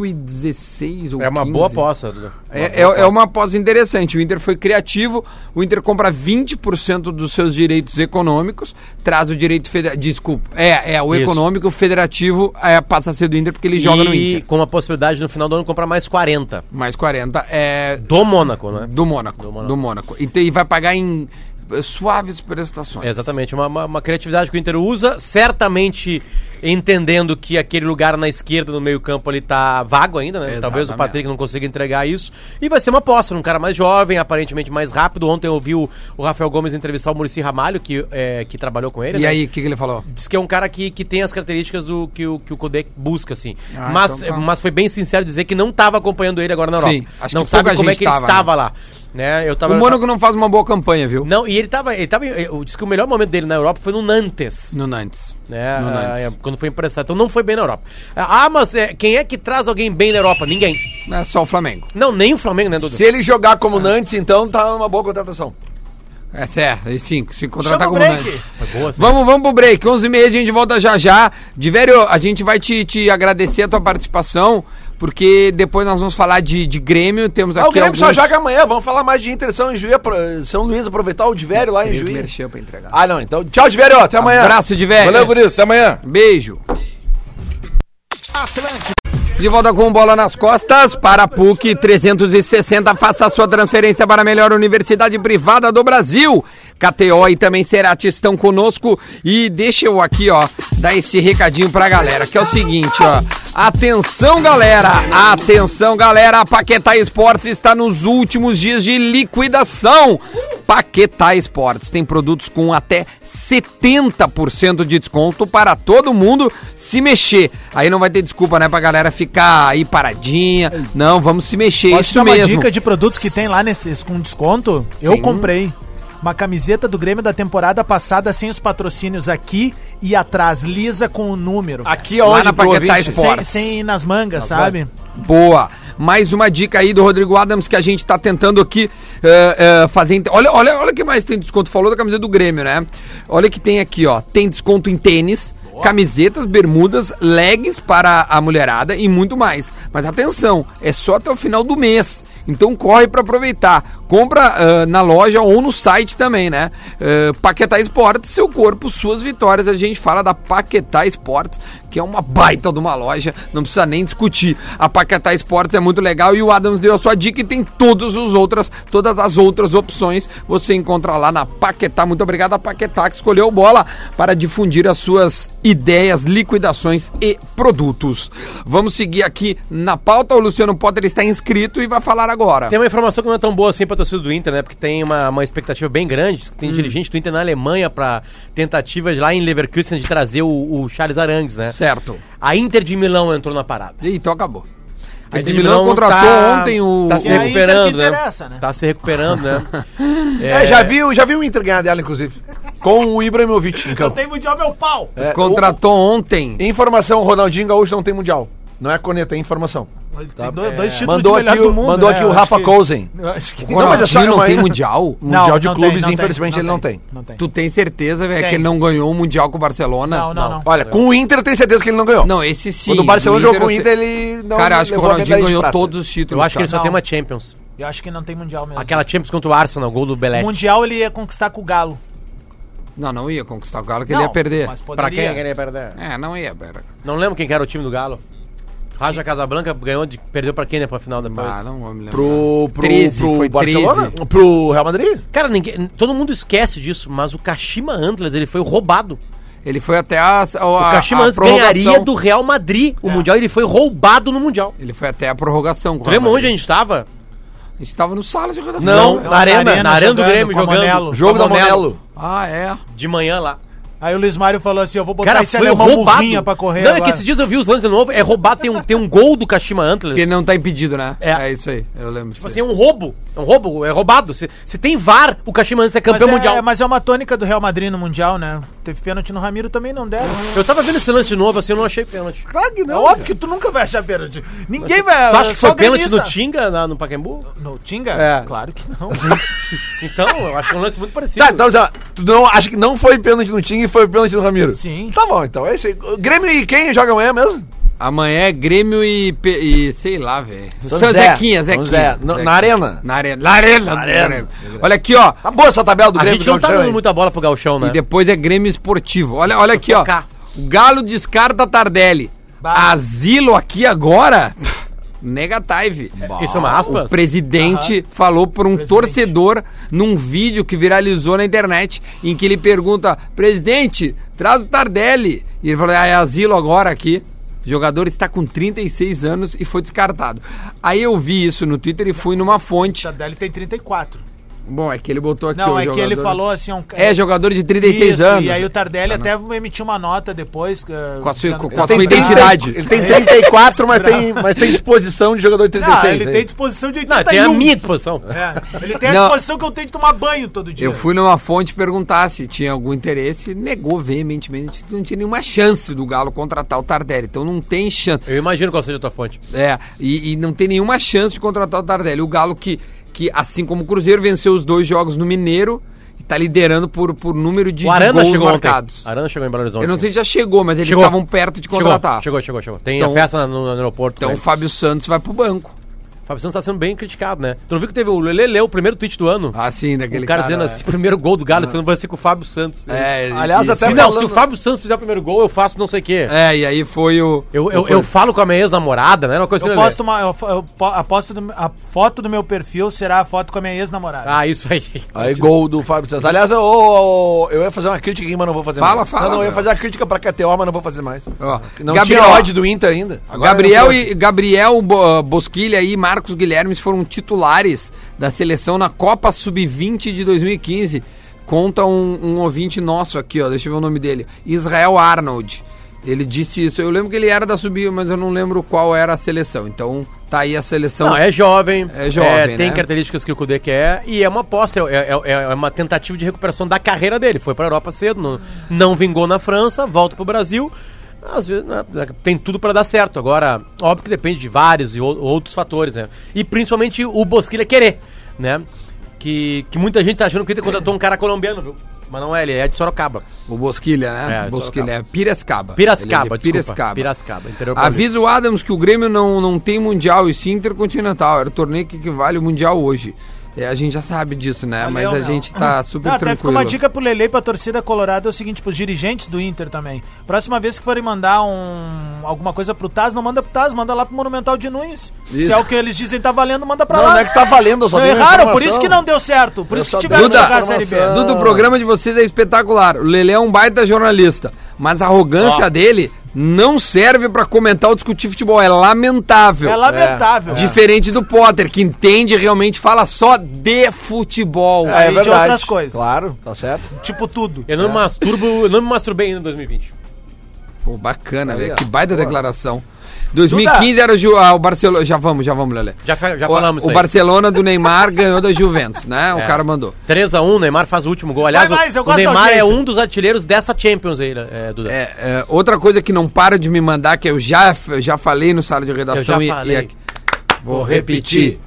S2: 2016
S4: É
S2: ou 15.
S4: Dudu.
S2: É, é, é uma aposta interessante. O Inter foi criativo. O Inter compra 20% dos seus direitos econômicos, traz o direito federativo. Desculpa. É, é o
S4: Isso.
S2: econômico, o federativo é, passa a ser do Inter porque ele
S4: E
S2: joga no Inter.
S4: com a possibilidade no final do ano comprar mais 40.
S2: Mais 40. É,
S4: Do Mônaco, né?
S2: do Mônaco. Do Mônaco. E, tem- e vai pagar em eh, suaves prestações.
S4: É, Exatamente, uma, uma, uma criatividade que o Inter usa, certamente entendendo que aquele lugar na esquerda no meio-campo ali tá vago ainda, né? Talvez o
S2: Exatamente.
S4: Patrick não consiga entregar isso. E vai ser uma aposta, um cara mais jovem, aparentemente mais rápido. Ontem eu ouvi o, o Rafael Gomes entrevistar o Murici Ramalho, que, é, que trabalhou com ele.
S2: E
S4: né?
S2: aí, o que, que ele falou?
S4: Diz que é um cara que, que tem as características do que o, que o Kodek busca, assim.
S2: Ah,
S4: mas,
S2: então tá.
S4: mas foi bem sincero dizer que não estava acompanhando ele agora na Europa.
S2: Sim, acho
S4: não
S2: que
S4: sabe
S2: pouca
S4: como é
S2: gente
S4: que ele
S2: tava,
S4: estava lá. Né? Eu tava,
S2: O Mônaco não faz uma boa campanha, viu?
S4: não, e ele tava. Ele tava eu disse que o melhor momento dele na Europa foi no Nantes.
S2: No Nantes.
S4: Né?
S2: No
S4: Ah,
S2: Nantes.
S4: é, quando foi emprestado. Então não foi bem na Europa. Ah, mas é, quem é que traz alguém bem na Europa? Ninguém.
S2: É só o Flamengo.
S4: Não, nem o Flamengo, né, Dudu?
S5: Se ele jogar
S9: Ah.
S5: como Nantes, então tá uma boa contratação.
S2: É certo, e sim, se contratar
S9: Chama o
S2: como
S9: break.
S2: Nantes.
S4: Foi boa, assim.
S2: Vamos, vamos pro break. 11h30 a gente volta já já. Diverio, a gente vai te, te agradecer a tua participação, porque depois nós vamos falar de, de Grêmio. Temos
S5: Ah,
S2: aqui
S5: o Grêmio só
S2: alguns-
S5: joga amanhã, vamos falar mais de Inter São, em Juiz, apro- São Luís, aproveitar o de velho lá em
S2: Três
S5: Juiz.
S2: merchan pra entregar.
S5: Ah, não, então tchau de velho, até amanhã.
S2: Abraço, Diverio.
S8: Valeu, guris. Até amanhã.
S2: Beijo. De volta com bola nas costas para a PUC 360. Faça a sua transferência para a melhor universidade privada do Brasil. KTO e também Serati estão conosco. E deixa eu aqui, ó, dar esse recadinho pra galera, que é o seguinte, ó. Atenção, galera! Atenção, galera! A Paquetá Esportes está nos últimos dias de liquidação. Paquetá Esportes. Tem produtos com até 70% de desconto para todo mundo se mexer. Aí não vai ter desculpa, né, pra galera ficar aí paradinha. Não, vamos se mexer,
S9: Posso
S2: isso
S9: dar
S2: mesmo.
S9: uma dica de produtos que tem lá nesses com desconto? Eu
S2: Sim.
S9: comprei uma camiseta do Grêmio da temporada passada sem os patrocínios aqui e atrás, lisa com o número.
S5: Aqui é Tá
S2: Lá
S5: aonde
S2: na
S5: pro
S2: Paquetá
S5: ouvinte?
S2: Esportes.
S9: sem, sem ir nas mangas, sabe?
S2: Boa. Mais uma dica aí do Rodrigo Adams que a gente tá tentando aqui eh, eh, fazer. inte- Olha, olha, olha que mais tem desconto. Falou da camiseta do Grêmio, né? Olha que tem aqui, ó. Tem desconto em tênis, camisetas, bermudas, legs para a mulherada e muito mais. Mas atenção, é só até o final do mês. Então corre pra aproveitar. Compra ah, na loja ou no site também, né? Ah, Paquetá Esportes, seu corpo, suas vitórias. A gente fala da Paquetá Esportes, que é uma baita de uma loja, não precisa nem discutir. A Paquetá Esportes é muito legal e o Adams deu a sua dica e tem todas as outras, todas as outras opções você encontra lá na Paquetá. Muito obrigado a Paquetá que escolheu o bola para difundir as suas ideias, liquidações e produtos. Vamos seguir aqui na pauta. O Luciano Potter está inscrito e vai falar agora.
S4: Tem uma informação que não é tão boa assim pra torcida do Inter, né? Porque tem uma, uma expectativa bem grande. diz que
S2: Hum.
S4: Tem dirigente do Inter na Alemanha pra tentativas lá em Leverkusen de trazer o, o Charles Arangues, né?
S2: Certo.
S4: A Inter de Milão entrou na parada.
S2: E então acabou. A
S4: Aí
S2: Inter de Milão contratou
S4: tá-
S2: ontem o.
S4: Tá se
S9: É a Inter
S4: recuperando,
S9: que
S4: né?
S9: interessa, né?
S4: Tá se recuperando, né?
S5: É, já vi, o- já vi o Inter ganhar dela, inclusive. Com o Ibrahimovic em
S9: Eu
S5: campo.
S9: tenho mundial meu pau!
S5: É, Então,
S2: Contratou ontem.
S5: Informação, Ronaldinho Gaúcho não tem mundial. Não é corneta, é informação.
S9: Ele tem dois, dois títulos
S5: Mandou
S9: de melhor
S5: aqui o-
S9: do mundo, né?
S5: mandou aqui o
S9: Eu acho
S5: Rafa
S9: que-
S5: Cousin.
S9: eu acho que-
S2: O
S5: Não, mas é só-
S2: Ronaldinho não
S5: é
S2: tem
S5: uma-
S2: mundial?
S5: Mundial de
S9: não tem,
S5: clubes,
S9: não tem,
S5: infelizmente, ele não tem.
S9: Não tem.
S2: Tu tem certeza, velho,
S9: Tem.
S2: que ele não ganhou o Mundial com o Barcelona?
S9: Não, não, não.
S5: Olha, com o Inter eu tenho certeza que ele não ganhou.
S2: Não, esse sim.
S5: Quando o Barcelona jogou com o
S2: eu
S5: Inter,
S2: sei-
S5: ele não
S2: Cara, acho que o
S5: levou a medalha
S2: Ronaldinho
S5: de
S2: ganhou
S5: prata.
S2: todos os títulos.
S4: Eu acho que ele só
S9: Não.
S4: tem uma Champions.
S9: Eu acho que não tem mundial mesmo.
S4: Aquela Champions contra o Arsenal, gol do
S9: O
S4: Belete.
S9: mundial ele ia conquistar com o Galo.
S2: Não, não ia conquistar o Galo, que
S9: Não,
S2: ele ia perder.
S9: Mas poderia.
S4: Pra quem queria perder?
S2: É, não ia, pera.
S4: Não lembro quem que era o time do Galo. Raja Casablanca ganhou, de, perdeu pra quem, né? Pra final depois.
S2: Ah, não vou me lembrar.
S5: Pro, pro,
S2: 13,
S5: pro
S2: foi
S5: Barcelona? Pro Real Madrid?
S4: Cara, ninguém, todo mundo esquece disso, mas o Kashima Antlers, ele foi roubado.
S2: Ele foi até a, a,
S4: O
S2: a,
S4: Kashima
S2: a
S4: Antlers ganharia do Real Madrid o Mundial, ele foi roubado no Mundial.
S2: Ele foi até a prorrogação. com
S4: Tu
S2: o
S4: lembra
S2: Real
S4: onde a
S2: Madrid.
S4: gente tava?
S2: A gente tava no sala de redação.
S5: Não.
S2: né?
S5: Na arena,
S4: na arena do
S9: jogando
S4: Grêmio
S9: com a
S4: jogando.
S9: Monello.
S5: Jogo
S4: Com
S5: da
S4: Monello.
S5: Monelo.
S2: Ah, é.
S4: De manhã lá.
S9: Aí o Luiz Mário falou assim: eu vou botar
S4: Cara,
S9: esse
S4: foi
S9: alemão
S4: roubado.
S9: burrinha pra correr.
S4: não, é que
S9: agora.
S4: esses dias eu vi os lances de novo, é roubado, tem um, tem um gol do Kashima Antlers.
S2: Porque ele não tá impedido, né? É,
S4: É.
S2: isso aí, eu lembro disso.
S4: Tipo
S2: aí.
S4: assim, é um roubo. É um roubo, é roubado. Se, se tem VAR, o Kashima Antlers é
S9: mas,
S4: campeão
S9: é,
S4: mundial.
S9: mas é uma tônica do Real Madrid no Mundial, né? Teve pênalti no Ramiro também não deram.
S4: Eu tava vendo esse lance de novo, assim, eu não achei pênalti.
S9: Claro que não. É óbvio que tu nunca vai achar pênalti. Ninguém vai.
S4: Tu acha que
S9: só
S4: foi pênalti
S9: gremista.
S4: no Tinga, na- no Pacaembu?
S9: No Tinga?
S4: É.
S9: Claro que não.
S4: *laughs* Então, eu acho que é um lance muito parecido.
S5: Tá, então, já- tu não, acha que não foi pênalti no Tim e foi pênalti no Ramiro?
S9: Sim.
S5: Tá bom, então. É isso aí. O Grêmio e quem joga amanhã mesmo?
S2: Amanhã é Grêmio e, Pe- e sei lá, velho. São,
S5: São Zé.
S2: Zequinha,
S5: São
S2: Zequinha.
S5: Zé. No-
S2: Zequinha.
S5: na arena?
S2: Na arena. Na arena. do
S5: arena.
S2: Grêmio. Olha aqui, ó.
S5: Tá boa essa tabela do
S4: a
S5: Grêmio.
S4: gente não tá
S5: Gauchão,
S4: dando
S5: hein?
S4: muita bola pro Gauchão, né?
S2: E depois é Grêmio Esportivo. Olha, olha aqui, ó.
S4: focar.
S2: O Galo descarta Tardelli.
S9: Bah.
S2: Asilo aqui agora? Pff, Negative.
S4: Isso é uma aspas?
S2: O presidente falou por um torcedor num vídeo que viralizou na internet, em que ele pergunta: presidente, traz o Tardelli. E ele falou: ah, é asilo agora aqui. O jogador está com 36 anos e foi descartado. Aí eu vi isso no Twitter e fui numa fonte.
S9: Tardelli tem 34.
S2: Bom, é que ele botou aqui
S9: Não,
S2: o
S9: é que ele
S2: jogador.
S9: falou assim: é um
S2: É, jogador de 36
S9: Isso,
S2: anos.
S9: E aí o Tardelli
S2: Ah, não.
S9: até emitiu uma nota depois. Com
S2: a sua- com a
S5: Ele
S2: sua
S5: tem 30
S2: identidade.
S5: Ele tem 34, mas tem, mas tem disposição de jogador de
S9: Ah,
S5: 36.
S9: ele
S2: é.
S5: hein?
S9: tem disposição de
S4: Não,
S9: 81.
S4: Ah, tem a minha disposição.
S9: É, ele tem a
S2: Não.
S9: disposição que eu tenho de tomar banho todo dia.
S2: Eu fui numa fonte perguntar se tinha algum interesse, negou veementemente, não tinha nenhuma chance do Galo contratar o Tardelli, então não tem chance.
S4: Eu imagino qual seja a tua fonte.
S2: É, e, e não tem nenhuma chance de contratar o Tardelli. O Galo que, que assim como o Cruzeiro, venceu os dois jogos no Mineiro e tá liderando por, por número de, de
S4: o Arana
S2: gols
S4: chegou
S2: marcados.
S4: ontem. Arana chegou em Belo Horizonte.
S2: Eu não sei se já chegou, mas eles
S4: Chegou.
S2: estavam perto de contratar.
S4: Chegou, chegou, chegou. chegou. Tem
S2: Então-
S4: a festa no, no aeroporto.
S2: Então o
S4: né?
S2: Fábio Santos vai pro banco.
S4: O Fábio Santos tá sendo bem criticado, né? Tu não viu que teve o Lele leu o primeiro tweet do ano?
S2: Assim,
S4: o
S2: daquele
S4: cara, dizendo assim, primeiro gol do Galo, então vai ser com o Fábio Santos.
S2: É,
S5: Aliás,
S2: e-
S5: até
S4: se,
S5: falando-
S4: não, se o Fábio Santos fizer o primeiro gol, eu faço não sei o quê.
S2: É, e aí foi o.
S4: Eu, eu, eu falo com a minha ex-namorada, né? Uma coisa
S9: Eu
S4: assim, Lelê.
S9: posto uma, eu, fo- eu po- aposto do- a foto do meu perfil será a foto com a minha ex-namorada.
S4: Ah, isso aí.
S5: Aí gol do Fábio Santos. Aliás, eu, eu- eu ia fazer uma crítica aqui, mas não vou fazer
S2: Fala,
S5: mais.
S2: fala,
S5: Não, não, eu ia
S2: meu.
S5: fazer a crítica pra KTO, mas não vou fazer mais.
S2: Ó,
S5: Não
S2: Gabriel-
S5: tinha ódio do Inter ainda.
S2: Gabriel e Gabriel Bo- Bosquilha aí, Marcos Guilhermes foram titulares da seleção na Copa Sub-20 de 2015. Conta um, um ouvinte nosso aqui, ó, deixa eu ver o nome dele. Israel Arnold. Ele disse isso. Eu lembro que ele era da Sub, mas eu não lembro qual era a seleção. Então, tá aí a seleção.
S4: Não, é jovem.
S2: É jovem,
S4: tem
S2: né?
S4: características que o Kudê quer. E é uma aposta, é, é- é- é uma tentativa de recuperação da carreira dele. Foi pra Europa cedo, não, não vingou na França, volta pro Brasil. Às vezes, né, tem tudo pra dar certo. Agora, óbvio que depende de vários e ou- outros fatores, né? E principalmente o Bosquilha querer, né? Que, que muita gente tá achando que ele contratou um cara colombiano, viu? Mas não é, ele é de Sorocaba.
S2: O Bosquilha, né?
S4: É,
S2: Bosquilha, é Piracicaba. Ele
S4: Piracicaba,
S2: é de
S4: desculpa.
S2: Piracicaba.
S4: Piracicaba, interior paulista.
S2: Avisa o Adams que o Grêmio não, não tem Mundial e sim Intercontinental. Era o torneio que equivale ao Mundial hoje. É, a gente já sabe disso, né? Mas a
S9: Valeu, meu.
S2: gente tá super
S9: Não, até ficou
S2: tranquilo.
S9: uma dica pro Lele e pra torcida colorada é o seguinte, pros dirigentes do Inter também. Próxima vez que forem mandar um alguma coisa pro Taz, não manda pro Taz, manda lá pro Monumental de Nunes. Se é o que eles dizem tá valendo, manda pra
S5: Não,
S2: né,
S9: lá.
S5: não é que tá valendo, eu só
S9: Não
S5: tenho
S9: erraram, por
S5: informação.
S9: isso que não deu certo. Por
S5: Eu
S9: isso
S5: só
S9: que tiveram que
S2: dei
S9: jogar a Série
S5: informação.
S9: B.
S2: Duda, o programa de vocês é espetacular. O Lele é um baita jornalista, mas a arrogância dele não serve pra comentar ou discutir futebol. É lamentável.
S9: É lamentável.
S2: Diferente do Potter, que entende e realmente fala só de futebol.
S4: É
S9: Aí de outras coisas.
S5: Claro, tá certo.
S9: Tipo tudo.
S4: Eu
S2: É.
S4: não, me masturbo, eu não me masturbei ainda em 2020.
S2: Pô, bacana,
S5: Aí,
S2: velho.
S5: ó.
S2: Que baita declaração. 2015 era o, Ju- ah, o Barcelona. Já vamos, já vamos, Lelé.
S4: Já, fa- já
S2: o,
S4: falamos
S2: O
S4: isso aí.
S2: Barcelona do Neymar ganhou da Juventus, né? O
S4: É.
S2: cara mandou.
S4: 3x1, Neymar faz o último gol. Aliás,
S9: Vai mais, eu
S4: o
S9: gosto da
S4: Neymar é
S9: audiência.
S4: um dos artilheiros dessa Champions aí, né, é, Duda.
S2: É, é, outra coisa que não para de me mandar, que eu já, eu já falei no sala de redação
S4: Eu já
S2: e,
S4: falei.
S2: e aqui- Vou repetir.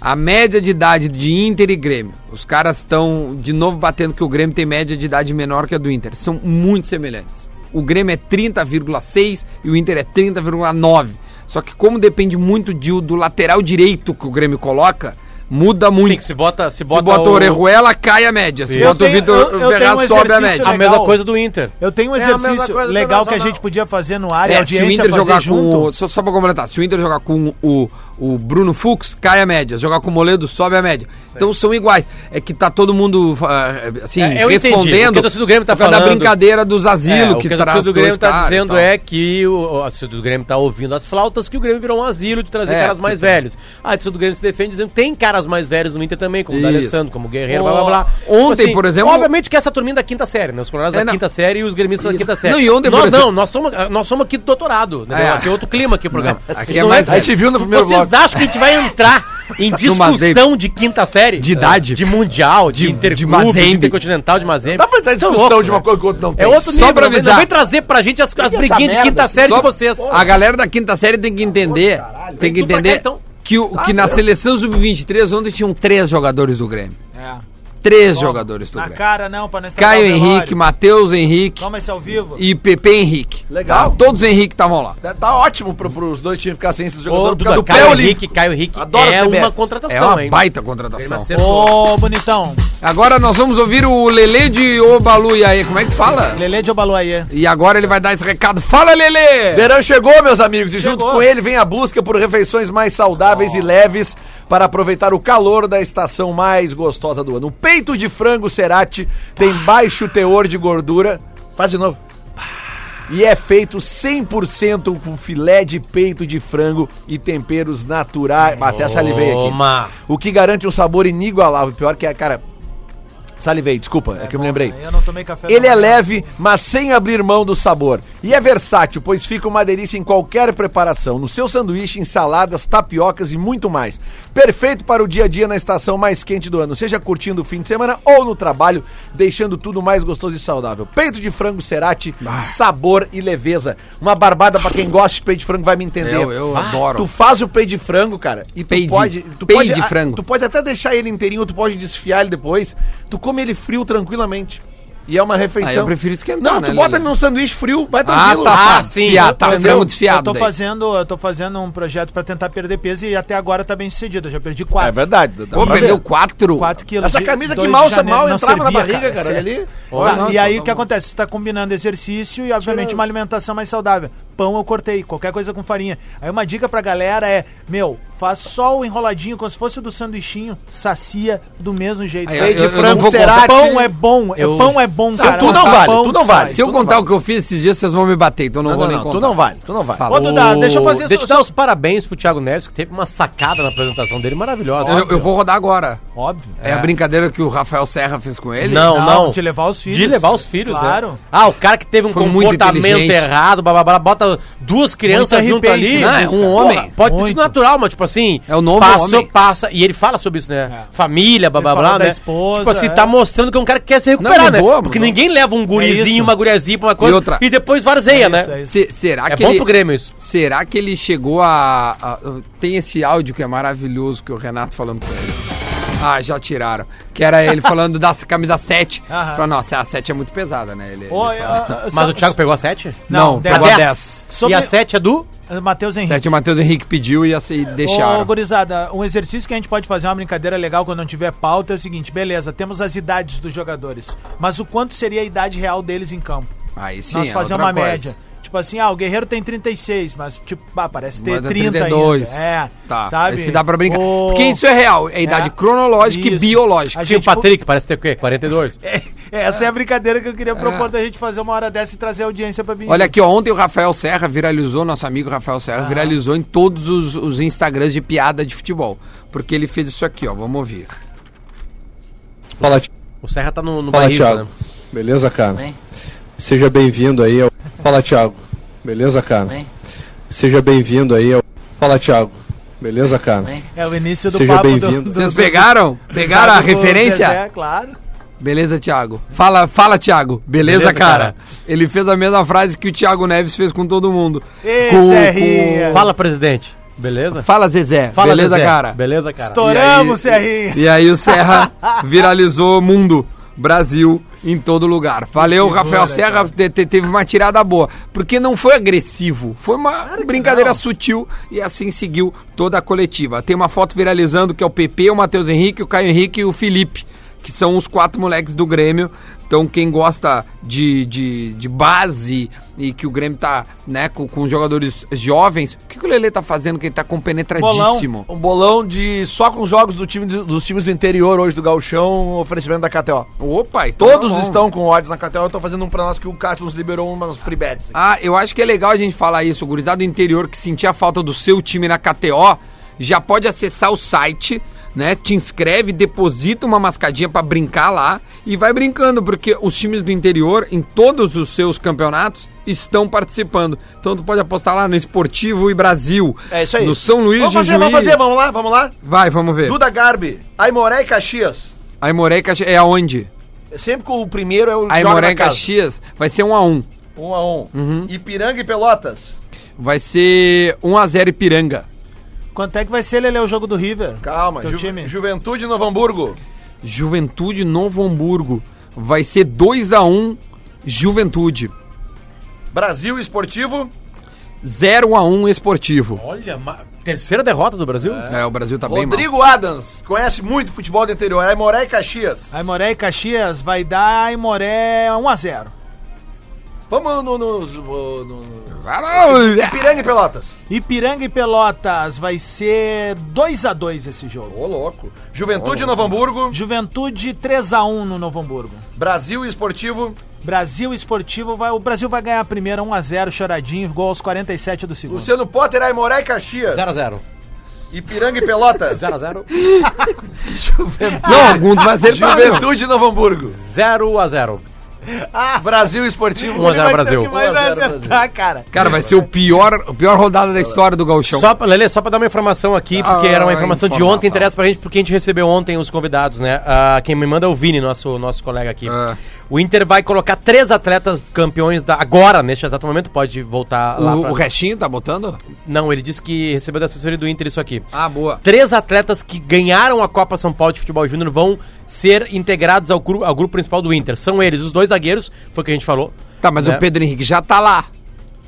S2: A média de idade de Inter e Grêmio. Os caras estão de novo batendo que o Grêmio tem média de idade menor que a do Inter. São muito semelhantes. O Grêmio é 30,6 e o Inter é 30,9. Só que como depende muito de- do lateral direito que o Grêmio coloca, muda
S4: Sim,
S2: muito.
S4: que se bota, se
S2: se
S4: bota,
S2: bota, o Orejuela, cai a média. Se
S4: Eu
S2: bota o
S9: tenho-
S2: Vitor
S9: eu- eu
S2: Ferraz,
S9: tenho um
S2: sobe a
S9: exercício
S2: média.
S4: a
S9: legal.
S4: mesma coisa do Inter.
S9: Eu tenho um
S5: É a mesma
S9: exercício
S5: coisa do
S9: legal que a
S5: Nacional.
S9: gente podia fazer no ar e a
S2: É, se o
S9: audiência
S2: Inter
S9: fazer
S2: jogar
S9: junto.
S2: com. o- Só, só pra completar, se o Inter jogar com o, o Bruno Fux, cai a média. Jogar com o Moledo, sobe a média. Então são iguais. É que tá todo mundo ah, assim,
S4: É, eu entendi. O que a torcida do Grêmio tá
S2: por causa da
S4: falando.
S2: brincadeira dos
S4: É,
S2: asilos
S4: o
S2: que,
S4: que a
S2: traz
S4: torcida do
S2: dois
S4: Grêmio tá
S2: caras e
S4: dizendo
S2: tal.
S4: é que o, a torcida do Grêmio tá ouvindo as flautas que o Grêmio virou um asilo de trazer
S2: É,
S4: caras mais
S2: porque-
S4: velhos. Ah, A torcida do Grêmio se defende dizendo que tem caras mais velhos no Inter também, como o
S2: Isso.
S4: D'Alessandro, como o Guerreiro,
S2: Ó,
S4: blá blá blá. Tipo assim,
S2: ontem, por exemplo-
S4: Obviamente que essa turminha da quinta série, né? Os colorados
S2: É,
S4: da
S2: não.
S4: quinta série e os gremistas
S2: Isso.
S4: da quinta série.
S2: Não, e ontem, por
S4: nós
S2: exemplo-
S4: não, nós somos, nós somos aqui do doutorado, né?
S2: É.
S4: Aqui é outro clima aqui o programa.
S2: Não, *laughs* aqui
S4: Isso
S2: é
S4: não
S2: mais-
S4: sério.
S5: A gente viu no primeiro
S4: Vocês
S5: bloco.
S4: acham que a gente vai
S2: *laughs*
S4: entrar em discussão de quinta série?
S2: De idade?
S4: De mundial, de,
S2: De-
S4: interclube,
S2: de
S4: de
S2: Mazembe.
S4: intercontinental, de Mazembe.
S5: Dá pra dar discussão
S4: Tá louco,
S5: de
S4: né?
S5: uma coisa que o outro não
S4: É
S5: tem.
S2: Só
S4: outro nível,
S2: pra
S4: não vem-
S2: avisar.
S4: Não vem trazer pra gente as,
S9: é
S4: as briguinhas de quinta série
S2: Só
S4: de vocês.
S2: A galera da quinta série tem que entender. Tem que
S4: Vem tudo pra
S2: entender
S4: cá, então.
S2: que, o- que na seleção sub-23 ontem tinham três jogadores do Grêmio.
S9: É.
S2: Três jogadores do
S9: Na
S2: Grêmio.
S9: cara não, pra não estragar
S2: Caio
S9: o velório.
S2: Henrique, Matheus Henrique
S9: Toma esse é ao vivo.
S2: e Pepe Henrique.
S5: Legal.
S2: Tá? Todos Henrique estavam lá.
S5: Tá, tá ótimo pro, pros dois times ficar sem esses jogadores.
S4: Ô,
S5: por causa
S4: Duda,
S5: do pé
S4: Caio
S5: olímpico.
S4: Henrique, Caio Henrique
S5: Adoro
S4: é
S5: CBF.
S4: uma
S2: É
S4: contratação,
S2: uma
S4: hein?
S2: baita contratação.
S9: Ô, bonitão.
S2: Agora nós vamos ouvir o Lele de Obalu e aí, como é que fala?
S9: Lele de Obaluaie.
S2: E agora ele vai dar esse recado. Fala, Lele!
S5: Verão chegou, meus amigos, e junto
S9: Chegou.
S5: com ele vem a busca por refeições mais saudáveis e leves para aproveitar o calor da estação mais gostosa do ano. O peito de frango Cerati tem baixo teor de gordura. Faz de novo. E é feito 100% com filé de peito de frango e temperos naturais. Até salivei aqui.
S4: Toma.
S5: O que garante um sabor inigualável. Pior que é, cara. Salivei, desculpa, é, que eu me lembrei.
S9: Eu não tomei café.
S5: Ele
S9: não.
S5: é leve, mas sem abrir mão do sabor. E é versátil, pois fica uma delícia em qualquer preparação, no seu sanduíche, em saladas, tapiocas e muito mais. Perfeito para o dia a dia na estação mais quente do ano, seja curtindo o fim de semana ou no trabalho, deixando tudo mais gostoso e saudável. Peito de frango Cerati, sabor e leveza. Uma barbada pra quem gosta de peito de frango vai me entender.
S2: Eu- eu adoro.
S5: Tu faz o peito de frango, cara, e tu
S2: Peide.
S5: pode, tu
S2: Peide
S5: pode
S2: de
S5: a-
S2: frango.
S5: Tu pode até deixar ele inteirinho, tu pode desfiar ele depois. Tu come ele frio tranquilamente. E é uma refeição.
S2: Ah, eu prefiro esquentar,
S5: Não,
S2: né,
S5: tu bota
S2: Lelê?
S5: ele num sanduíche frio, vai
S2: Ah,
S5: tranquilo.
S2: tá,
S4: Ah,
S2: tá
S4: sim,
S2: desfiado, tá
S5: entendeu?
S2: frango
S9: Eu
S2: desfiado
S9: tô,
S2: daí.
S9: fazendo, eu tô fazendo um projeto pra tentar perder peso e até agora tá bem sucedido. Eu já perdi
S5: É
S9: 4.
S5: verdade. dá
S2: Pô,
S5: pra
S2: perdeu
S5: ver.
S2: 4?
S9: 4 quilos.
S5: Essa
S9: de-
S5: camisa que
S9: dois de
S5: mal, se
S9: janeiro
S5: mal
S9: não
S5: entrava na
S9: servia,
S5: barriga,
S9: é
S5: cara.
S9: sério.
S5: olha ali. então
S2: Olha,
S9: Tá,
S2: não,
S9: e
S2: tá
S9: aí
S2: bom.
S9: o que acontece? Você tá combinando exercício e, obviamente, uma alimentação mais saudável. Pão eu cortei, qualquer coisa com farinha. Aí uma dica pra galera é, meu, Faz só o enroladinho, como se fosse o do sanduichinho. Sacia do mesmo jeito.
S2: Aí, eu- eu- eu não
S9: frango,
S2: vou
S9: será
S2: contar.
S9: pão é bom. é
S4: Eu-
S9: Pão é bom,
S5: Se eu- tu não
S9: Pão
S5: vale, tu não
S9: sai.
S5: vale.
S2: Ah, Se eu
S5: tudo
S2: contar
S5: vale.
S2: o que eu fiz esses dias, vocês vão me bater, então não,
S5: Não,
S2: vou
S5: não,
S2: nem
S5: não,
S2: contar.
S5: tu não vale, tu não vale.
S2: Fala.
S9: Ô, Dudá, deixa eu fazer
S4: Deixa eu
S9: só-
S4: dar
S9: só-
S4: os parabéns pro Thiago Neves, que teve uma sacada na apresentação dele maravilhosa.
S2: Eu, eu vou rodar agora.
S9: Óbvio.
S2: É. a brincadeira que o Rafael Serra fez com ele?
S4: Não, não.
S9: De levar os filhos.
S4: De levar os filhos,
S9: claro.
S4: né? Ah, o cara que teve um
S2: Foi muito
S4: comportamento
S2: inteligente.
S4: errado, blá, blá, blá, bota duas crianças
S9: Muito
S4: junto
S9: RP
S4: ali.
S9: isso,
S2: né?
S4: Isso,
S2: Um
S4: cara.
S2: homem.
S4: Porra, pode ter sido
S9: Muito.
S4: natural, mas tipo assim...
S2: É o novo
S4: passa,
S2: homem.
S4: Passa, e ele fala sobre isso, né? Família, blá,
S9: É. Ele
S4: blá,
S9: fala
S4: blá,
S9: da
S4: né?
S9: esposa,
S4: tipo assim,
S9: é.
S4: tá mostrando que é um cara que quer se recuperar,
S2: Não, mudou,
S4: né? Porque
S2: mudou.
S4: ninguém leva um
S9: É
S4: gurizinho,
S9: isso.
S4: uma guriazinha pra uma coisa e,
S2: outra.
S4: depois varzeia,
S9: É
S4: né?
S9: isso, é isso.
S2: Se- será
S4: É
S2: que
S4: bom
S2: ele,
S4: pro Grêmio isso.
S2: Será que ele chegou a, a- Tem esse áudio que é maravilhoso que o Renato falando com ele. Ah, já tiraram. Que era ele falando da camisa 7.
S9: Aham.
S2: Falou, nossa, a 7 é muito pesada, né? Ele, ele
S9: Ô,
S2: fala.
S9: eu- eu-
S4: Mas
S9: só-
S4: o Thiago pegou a 7?
S9: ah, Não,
S2: Não,
S9: dez.
S2: pegou a
S9: A
S2: 10.
S4: E
S9: Sobre- Ah,
S4: a 7 é do?
S9: Matheus Henrique.
S2: 7 o Matheus Henrique pediu e, ace- e deixaram.
S9: Ô, gurizada, um exercício que a gente pode fazer, uma brincadeira legal quando não tiver pauta, é o seguinte: beleza, temos as idades dos jogadores, mas o quanto seria a idade real deles em campo?
S2: Aí sim,
S9: Nós
S2: é
S9: fazer
S2: outra
S9: uma
S2: coisa.
S9: média. Tipo assim, ah, o Guerreiro tem 36, mas tipo, ah, parece ter
S2: Mas é
S9: 30
S2: 32.
S9: ainda. É,
S2: tá.
S9: sabe?
S2: Aí se dá pra brincar.
S9: O-
S2: Porque isso é real. É a idade cronológica e
S9: Isso.
S2: biológica.
S9: A
S4: Tinha o
S9: gente-
S4: Patrick, parece ter o quê? 42?
S9: É, essa é a brincadeira que eu queria propor da gente fazer uma hora dessa e trazer audiência pra vir.
S2: Olha aqui, ó, ontem o Rafael Serra viralizou, nosso amigo Rafael Serra
S9: Ah.
S2: viralizou em todos os, os Instagrams de piada de futebol. Porque ele fez isso aqui, ó. Vamos ouvir.
S11: Fala, Ti-
S4: O Serra tá no, no
S11: fala
S4: barris,
S11: Thiago.
S4: né?
S11: Beleza, cara?
S7: Bem.
S11: Seja bem-vindo aí ao. Fala, Thiago. Beleza, cara?
S7: Bem.
S11: Seja bem-vindo aí ao. Fala, Thiago. Beleza, cara?
S9: É o início do
S11: Seja
S9: papo do-
S11: bem-vindo.
S9: *laughs* do-
S2: Vocês
S9: do-
S2: pegaram? Pegaram a
S9: do
S2: referência?
S9: Zezé, claro.
S2: Beleza, Thiago. Fala, fala Thiago. Beleza,
S4: Beleza,
S2: cara?
S4: cara?
S2: Ele fez a mesma frase que o Thiago Neves fez com todo mundo.
S9: Esse
S2: Com-
S9: é
S2: com-
S9: rinha.
S4: Fala, presidente. Beleza?
S2: Fala, Zezé.
S4: Fala,
S2: Beleza,
S4: Zezé.
S2: cara?
S4: Beleza, cara.
S9: Estou-
S2: E aí-
S9: Adoramos, Serrinha.
S2: E aí o
S4: *laughs*
S2: Serra viralizou mundo, Brasil, em todo lugar. Valeu, Rafael Serra te- te- teve uma tirada boa. Porque não foi agressivo, foi uma brincadeira sutil e assim seguiu toda a coletiva. Tem uma foto viralizando que é o PP, o Matheus Henrique, o Caio Henrique e o Felipe. Que são os quatro moleques do Grêmio. Então, quem gosta de, de, de base e que o Grêmio tá né, com, com jogadores jovens, o que, que o Lelê tá fazendo? Que ele tá compenetradíssimo.
S5: Um bolão de só com os jogos do time, do- dos times do interior hoje do Gauchão, um oferecimento da KTO.
S2: Opa, então
S5: Todos
S2: tá bom.
S5: estão com odds na KTO, eu tô fazendo um pra nós que o Cássio nos liberou umas free bets. aqui.
S2: Ah, eu acho que é legal a gente falar isso. O gurizado do interior que sentia a falta do seu time na KTO já pode acessar o site, né? Te inscreve, deposita uma mascadinha pra brincar lá e vai brincando, porque os times do interior, em todos os seus campeonatos, estão participando. Então tu pode apostar lá no Esportivo e Brasil.
S5: É isso aí.
S2: No São Luís
S5: vamos
S2: de
S5: fazer,
S2: Juiz.
S5: vamos fazer, vamos lá, vamos lá.
S2: Vai, vamos ver.
S5: Duda Garbi, Aimoré e Caxias.
S2: Aimoré e Caxias. É aonde?
S5: Sempre que o primeiro é o
S2: Aimoré e
S5: na casa.
S2: Caxias Uhum. vai ser 1 a 1
S5: Um a um. Ipiranga e Pelotas.
S2: Vai ser 1 a 0 Ipiranga.
S9: Quanto é que vai ser, Lele, o jogo do River?
S5: Calma,
S9: Teu
S5: Ju-
S9: time?
S5: Juventude e Novo Hamburgo.
S2: Juventude Novo Hamburgo. Vai ser 2 a 1 Juventude.
S5: Brasil Esportivo.
S2: 0 a 1 Esportivo.
S4: Olha, ma- terceira derrota do Brasil?
S2: É, o Brasil tá bem mal.
S5: Rodrigo Adams, conhece muito futebol do interior. Aimoré e Caxias.
S9: Aimoré e Caxias vai dar um Aimoré 1x0.
S5: Vamos no, no, no- no-
S2: Caralho!
S5: Ipiranga e Pelotas.
S9: Ipiranga e Pelotas vai ser 2x2 esse jogo.
S5: Ô, louco. Juventude e Novo Hamburgo.
S9: Juventude 3x1 no Novo Hamburgo.
S5: Brasil Esportivo.
S9: Brasil Esportivo vai. O Brasil vai ganhar a primeira 1x0, choradinho, gol aos 47 do segundo.
S5: Luciano Potter, Aimoré e Caxias.
S4: 0x0.
S5: Ipiranga e Pelotas.
S4: 0x0.
S2: Não, algum vai acertar. meu.
S5: Juventude e Novo
S9: *laughs*
S5: Hamburgo.
S4: 0x0.
S5: Brasil Esportivo.
S4: 1x0
S9: O que
S4: Brasil.
S9: mais vai
S5: 1 a 0
S9: acertar, cara?
S2: Cara, vai ser o pior, a pior rodada da história do Gauchão.
S4: Só pra, Lelê, só pra dar uma informação aqui, porque
S2: Ah,
S4: era uma informação, de
S2: informação.
S4: ontem, interessa pra gente, porque a gente recebeu ontem os convidados, né? Ah, quem me manda é o Vini, nosso, nosso colega aqui.
S2: Ah.
S4: O Inter vai colocar três atletas campeões da, agora, neste exato momento, pode voltar lá.
S2: o,
S4: pra-
S2: o restinho tá botando?
S4: Não, ele disse que recebeu da assessoria do Inter isso aqui.
S2: Ah, boa.
S4: Três atletas que ganharam a Copa São Paulo de Futebol Júnior vão ser integrados ao, gru- ao grupo principal do Inter. São eles, os dois zagueiros, foi o que a gente falou.
S2: Tá, mas
S4: né?
S2: o Pedro Henrique já tá lá.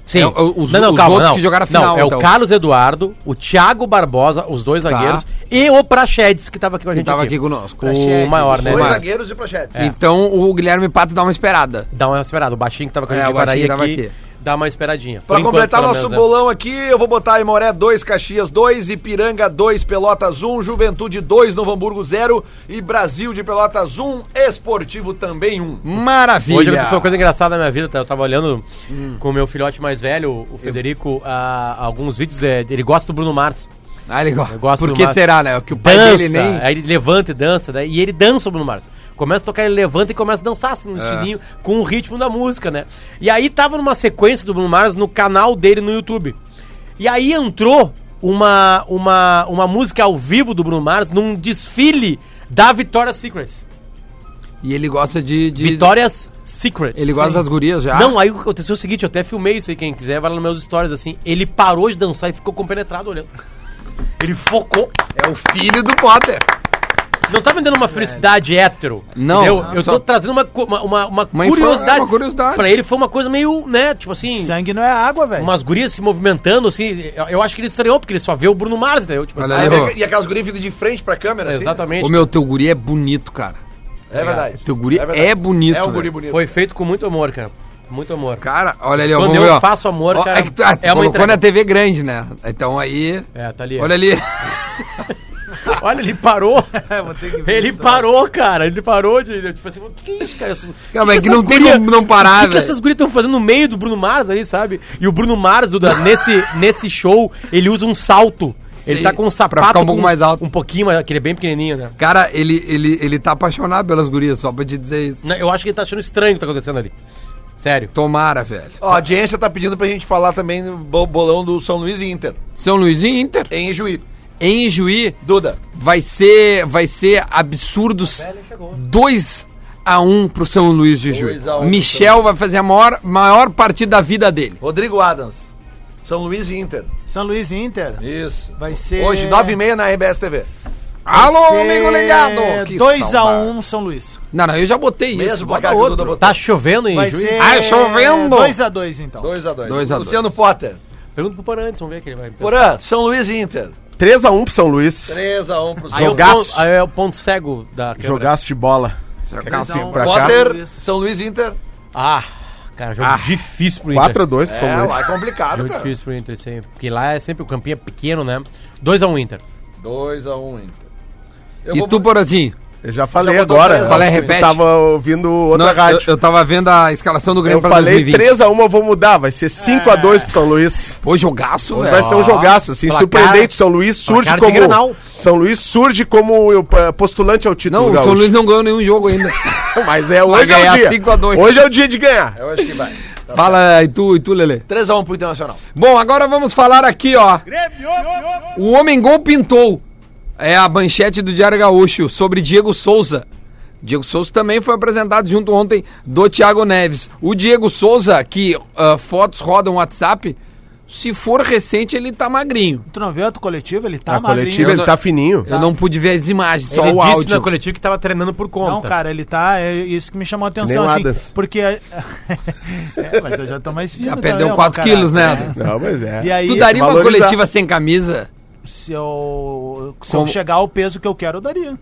S4: Sim.
S2: É, o- os-
S4: não, não,
S2: os
S4: calma,
S2: outros
S4: não.
S2: que jogaram a
S4: Não,
S2: final,
S4: é
S2: então. Tá.
S4: o Carlos Eduardo, o Thiago Barbosa, os dois zagueiros, e o Praxedes, que tava aqui com a
S2: Que
S4: gente.
S2: tava aqui conosco.
S4: O maior, né?
S5: Dois
S4: Mas-
S5: zagueiros de projeto.
S2: Então o Guilherme Pato dá uma esperada.
S4: Dá uma esperada. O baixinho que tava com a
S2: É, o
S4: gente de Paraí
S2: baixinho tava
S4: aqui,
S2: aqui.
S4: dá uma esperadinha.
S8: Pra
S4: Por enquanto,
S8: completar
S4: pelo
S8: nosso
S4: menos, né?
S8: bolão aqui, eu vou botar Imoré 2, Caxias 2, Ipiranga 2, Pelotas 1, Juventude 2, Novo Hamburgo 0 e Brasil de Pelotas 1, Esportivo também 1.
S2: Maravilha.
S4: Hoje aconteceu uma coisa engraçada na minha vida, tá? eu tava olhando
S2: Hum.
S4: com o meu filhote mais velho, o Federico, ah, alguns vídeos, é, ele gosta do Bruno Mars.
S2: Ah, ele gosta.
S4: Eu gosto
S2: Por
S4: do
S2: que
S4: Márcio.
S2: será, né? Que o pai
S4: Dança, É
S2: dele nem.
S4: aí ele levanta e dança, né? E ele dança o Bruno Mars. Começa a tocar, ele levanta e começa a dançar assim,
S2: É.
S4: no estilinho, com o ritmo da música, né? E aí tava numa sequência do Bruno Mars no canal dele no YouTube. E aí entrou uma, uma, uma música ao vivo do Bruno Mars num desfile da Victoria's Secrets.
S2: E ele gosta de. de...
S4: Victoria's Secrets.
S2: Ele gosta das gurias já.
S4: Não, aí o que aconteceu é o seguinte, eu até filmei isso aí, quem quiser vai lá nos meus stories, assim, ele parou de dançar e ficou compenetrado olhando. Ele focou.
S2: É o filho do Potter.
S4: Não tá me dando uma felicidade hétero.
S2: Não,
S4: entendeu?
S2: não,
S4: Eu
S2: só-
S4: tô trazendo uma, co- uma, uma, uma
S2: Uma info-
S4: curiosidade.
S2: é uma curiosidade.
S4: Pra ele foi uma coisa meio, né, tipo assim...
S9: Sangue não é água, velho.
S4: Umas gurias se movimentando, assim, eu, eu acho que ele estranhou, porque ele só vê o Bruno Mars, né? Eu,
S8: é.
S4: tipo,
S2: Olha
S4: assim,
S2: aí,
S4: ah,
S2: ó.
S8: E aquelas gurias vindo de frente pra câmera? assim?
S4: Exatamente.
S2: Ô meu, teu guri é bonito, cara.
S8: É verdade.
S2: Teu guri é,
S8: verdade.
S2: bonito.
S8: É um guri
S2: velho.
S8: bonito.
S4: Foi feito com muito amor, cara. Muito amor.
S2: Cara, olha ali, ó.
S4: Quando
S2: vamos ver,
S4: eu
S2: ó.
S4: faço amor,
S2: Ó,
S4: cara,
S2: É, que tu, ah, tu
S4: é uma
S2: colocou
S4: entrega.
S2: na TV grande, né? Então aí.
S4: É, tá ali.
S2: Olha ali.
S4: Olha,
S2: *laughs*
S4: ele parou.
S2: É,
S9: Vou ter que ver
S4: Ele
S9: isso.
S4: parou, cara. Ele parou de. eu, Tipo assim, o que, que é isso, cara? Essas,
S2: Cara, mas que
S4: essas
S2: não tem como não parar,
S4: O que, que
S2: velho?
S4: essas gurias estão fazendo no meio do Bruno Mars ali, sabe? E o Bruno Mars, Duda, nesse, nesse show, ele usa um salto.
S2: Sim,
S4: ele tá com um
S2: pra
S4: sapato.
S2: ficar um pouco
S4: com
S2: mais alto.
S4: Um pouquinho mais, que ele é bem pequenininho, né?
S2: Cara, ele, ele, ele tá apaixonado pelas gurias, só pra te dizer isso.
S4: Não, Eu acho que ele tá achando estranho o que tá acontecendo ali. Sério.
S2: Tomara, velho.
S8: Ó, a audiência tá pedindo pra gente falar também do bo- bolão do São Luís e Inter.
S2: São Luís e Inter.
S8: Em Juí.
S2: Em Juí,
S8: Duda.
S2: vai ser, vai ser absurdos 2 a 1 pro São Luís de Juí.
S8: Dois a um pro
S2: Michel vai fazer a maior, maior partida da vida dele.
S8: Rodrigo Adams. São Luís e Inter.
S9: São Luís e Inter.
S8: Isso.
S9: Vai ser.
S8: Hoje, 9h30 na RBS TV.
S2: Alô, amigo ligado!
S9: 2x1 São Luís.
S2: Não, não, eu já botei
S8: Mesmo
S2: isso,
S8: placar
S2: bota
S8: que o Duda
S2: outro.
S8: botou.
S4: Tá chovendo em
S9: Vai
S4: Juiz?
S9: ser.
S2: Ah, chovendo!
S9: 2x2,
S8: 2x2.
S9: então.
S2: Dois a dois.
S8: Luciano Potter.
S4: Pergunta pro Parantes, vamos ver que ele vai.
S8: Porã, São Luís e Inter.
S5: 3x1 pro São Luís.
S8: 3x1 pro
S4: Aí, é o
S5: Jogaço.
S4: ponto, aí é o ponto cego da câmera.
S5: Jogaço de bola.
S9: um.
S5: Assim, pra cá.
S8: Potter, São Luís e Inter.
S4: Ah, cara, jogo difícil pro Inter.
S5: 4x2 pro
S8: É,
S5: São
S8: lá
S5: Luís.
S8: é complicado,
S4: Jogo
S8: cara.
S4: difícil pro Inter sempre. Porque lá é sempre o campinho é pequeno, né? 2x1 Inter.
S8: 2x1 Inter. Eu
S2: E
S8: vou-
S2: tu, Porazinho?
S5: Eu já falei
S8: Já botou
S5: agora.
S8: três,
S2: Qual é?
S5: Eu
S2: Repete.
S5: tava ouvindo outra
S2: Não, eu,
S5: rádio.
S2: eu tava vendo a escalação do
S5: Eu,
S2: Grêmio pra
S5: falei
S2: 2020.
S5: 3x1, eu vou mudar. Vai ser 5x2 pro São Luís.
S2: Pô, jogaço,
S5: Hoje
S2: velho.
S5: vai ser um jogaço, assim,
S4: Placar-
S5: surpreendente. São Luís surge
S4: placar de Grenal.
S5: como. São Luís surge como eu, eh, postulante ao título.
S2: Não, o
S5: gaúcho.
S2: São Luís não ganhou nenhum jogo ainda. *laughs*
S5: Mas é
S2: Vai
S5: hoje é
S2: ganhar
S5: o dia.
S2: 5 a 2.
S5: Hoje é o dia de ganhar.
S8: Eu acho que vai.
S2: Fala, e tu, e tu, Lele?
S8: 3x1 pro Internacional.
S2: Bom, agora vamos falar aqui, ó.
S12: Grêmio!
S2: O Homem Gol pintou. É a manchete do Diário Gaúcho sobre Diego Souza. Diego Souza também foi apresentado junto ontem do Thiago Neves. O Diego Souza, que ah, fotos rodam WhatsApp, se for recente, ele tá magrinho.
S9: Tu não viu a tua coletiva? Ele tá
S5: a coletiva
S9: magrinho.
S5: ele tá fininho.
S2: Eu não pude ver as imagens, só
S4: ele
S2: o
S4: disse
S2: áudio.
S4: na coletiva que tava treinando por conta.
S9: Não, cara, ele tá. É isso que me chamou a atenção,
S5: Nem o
S9: assim.
S5: Adams.
S9: Porque. a- *laughs* é, mas eu já tô mais
S2: Já
S9: fino também,
S2: perdeu
S9: ô,
S2: 4
S9: caralho.
S2: quilos, né?
S5: Não, mas é.
S9: E aí, tipo,
S2: Tu daria uma
S5: valorizar.
S2: coletiva sem camisa?
S9: se eu, se
S2: Como-
S9: eu chegar ao peso que eu quero, eu daria.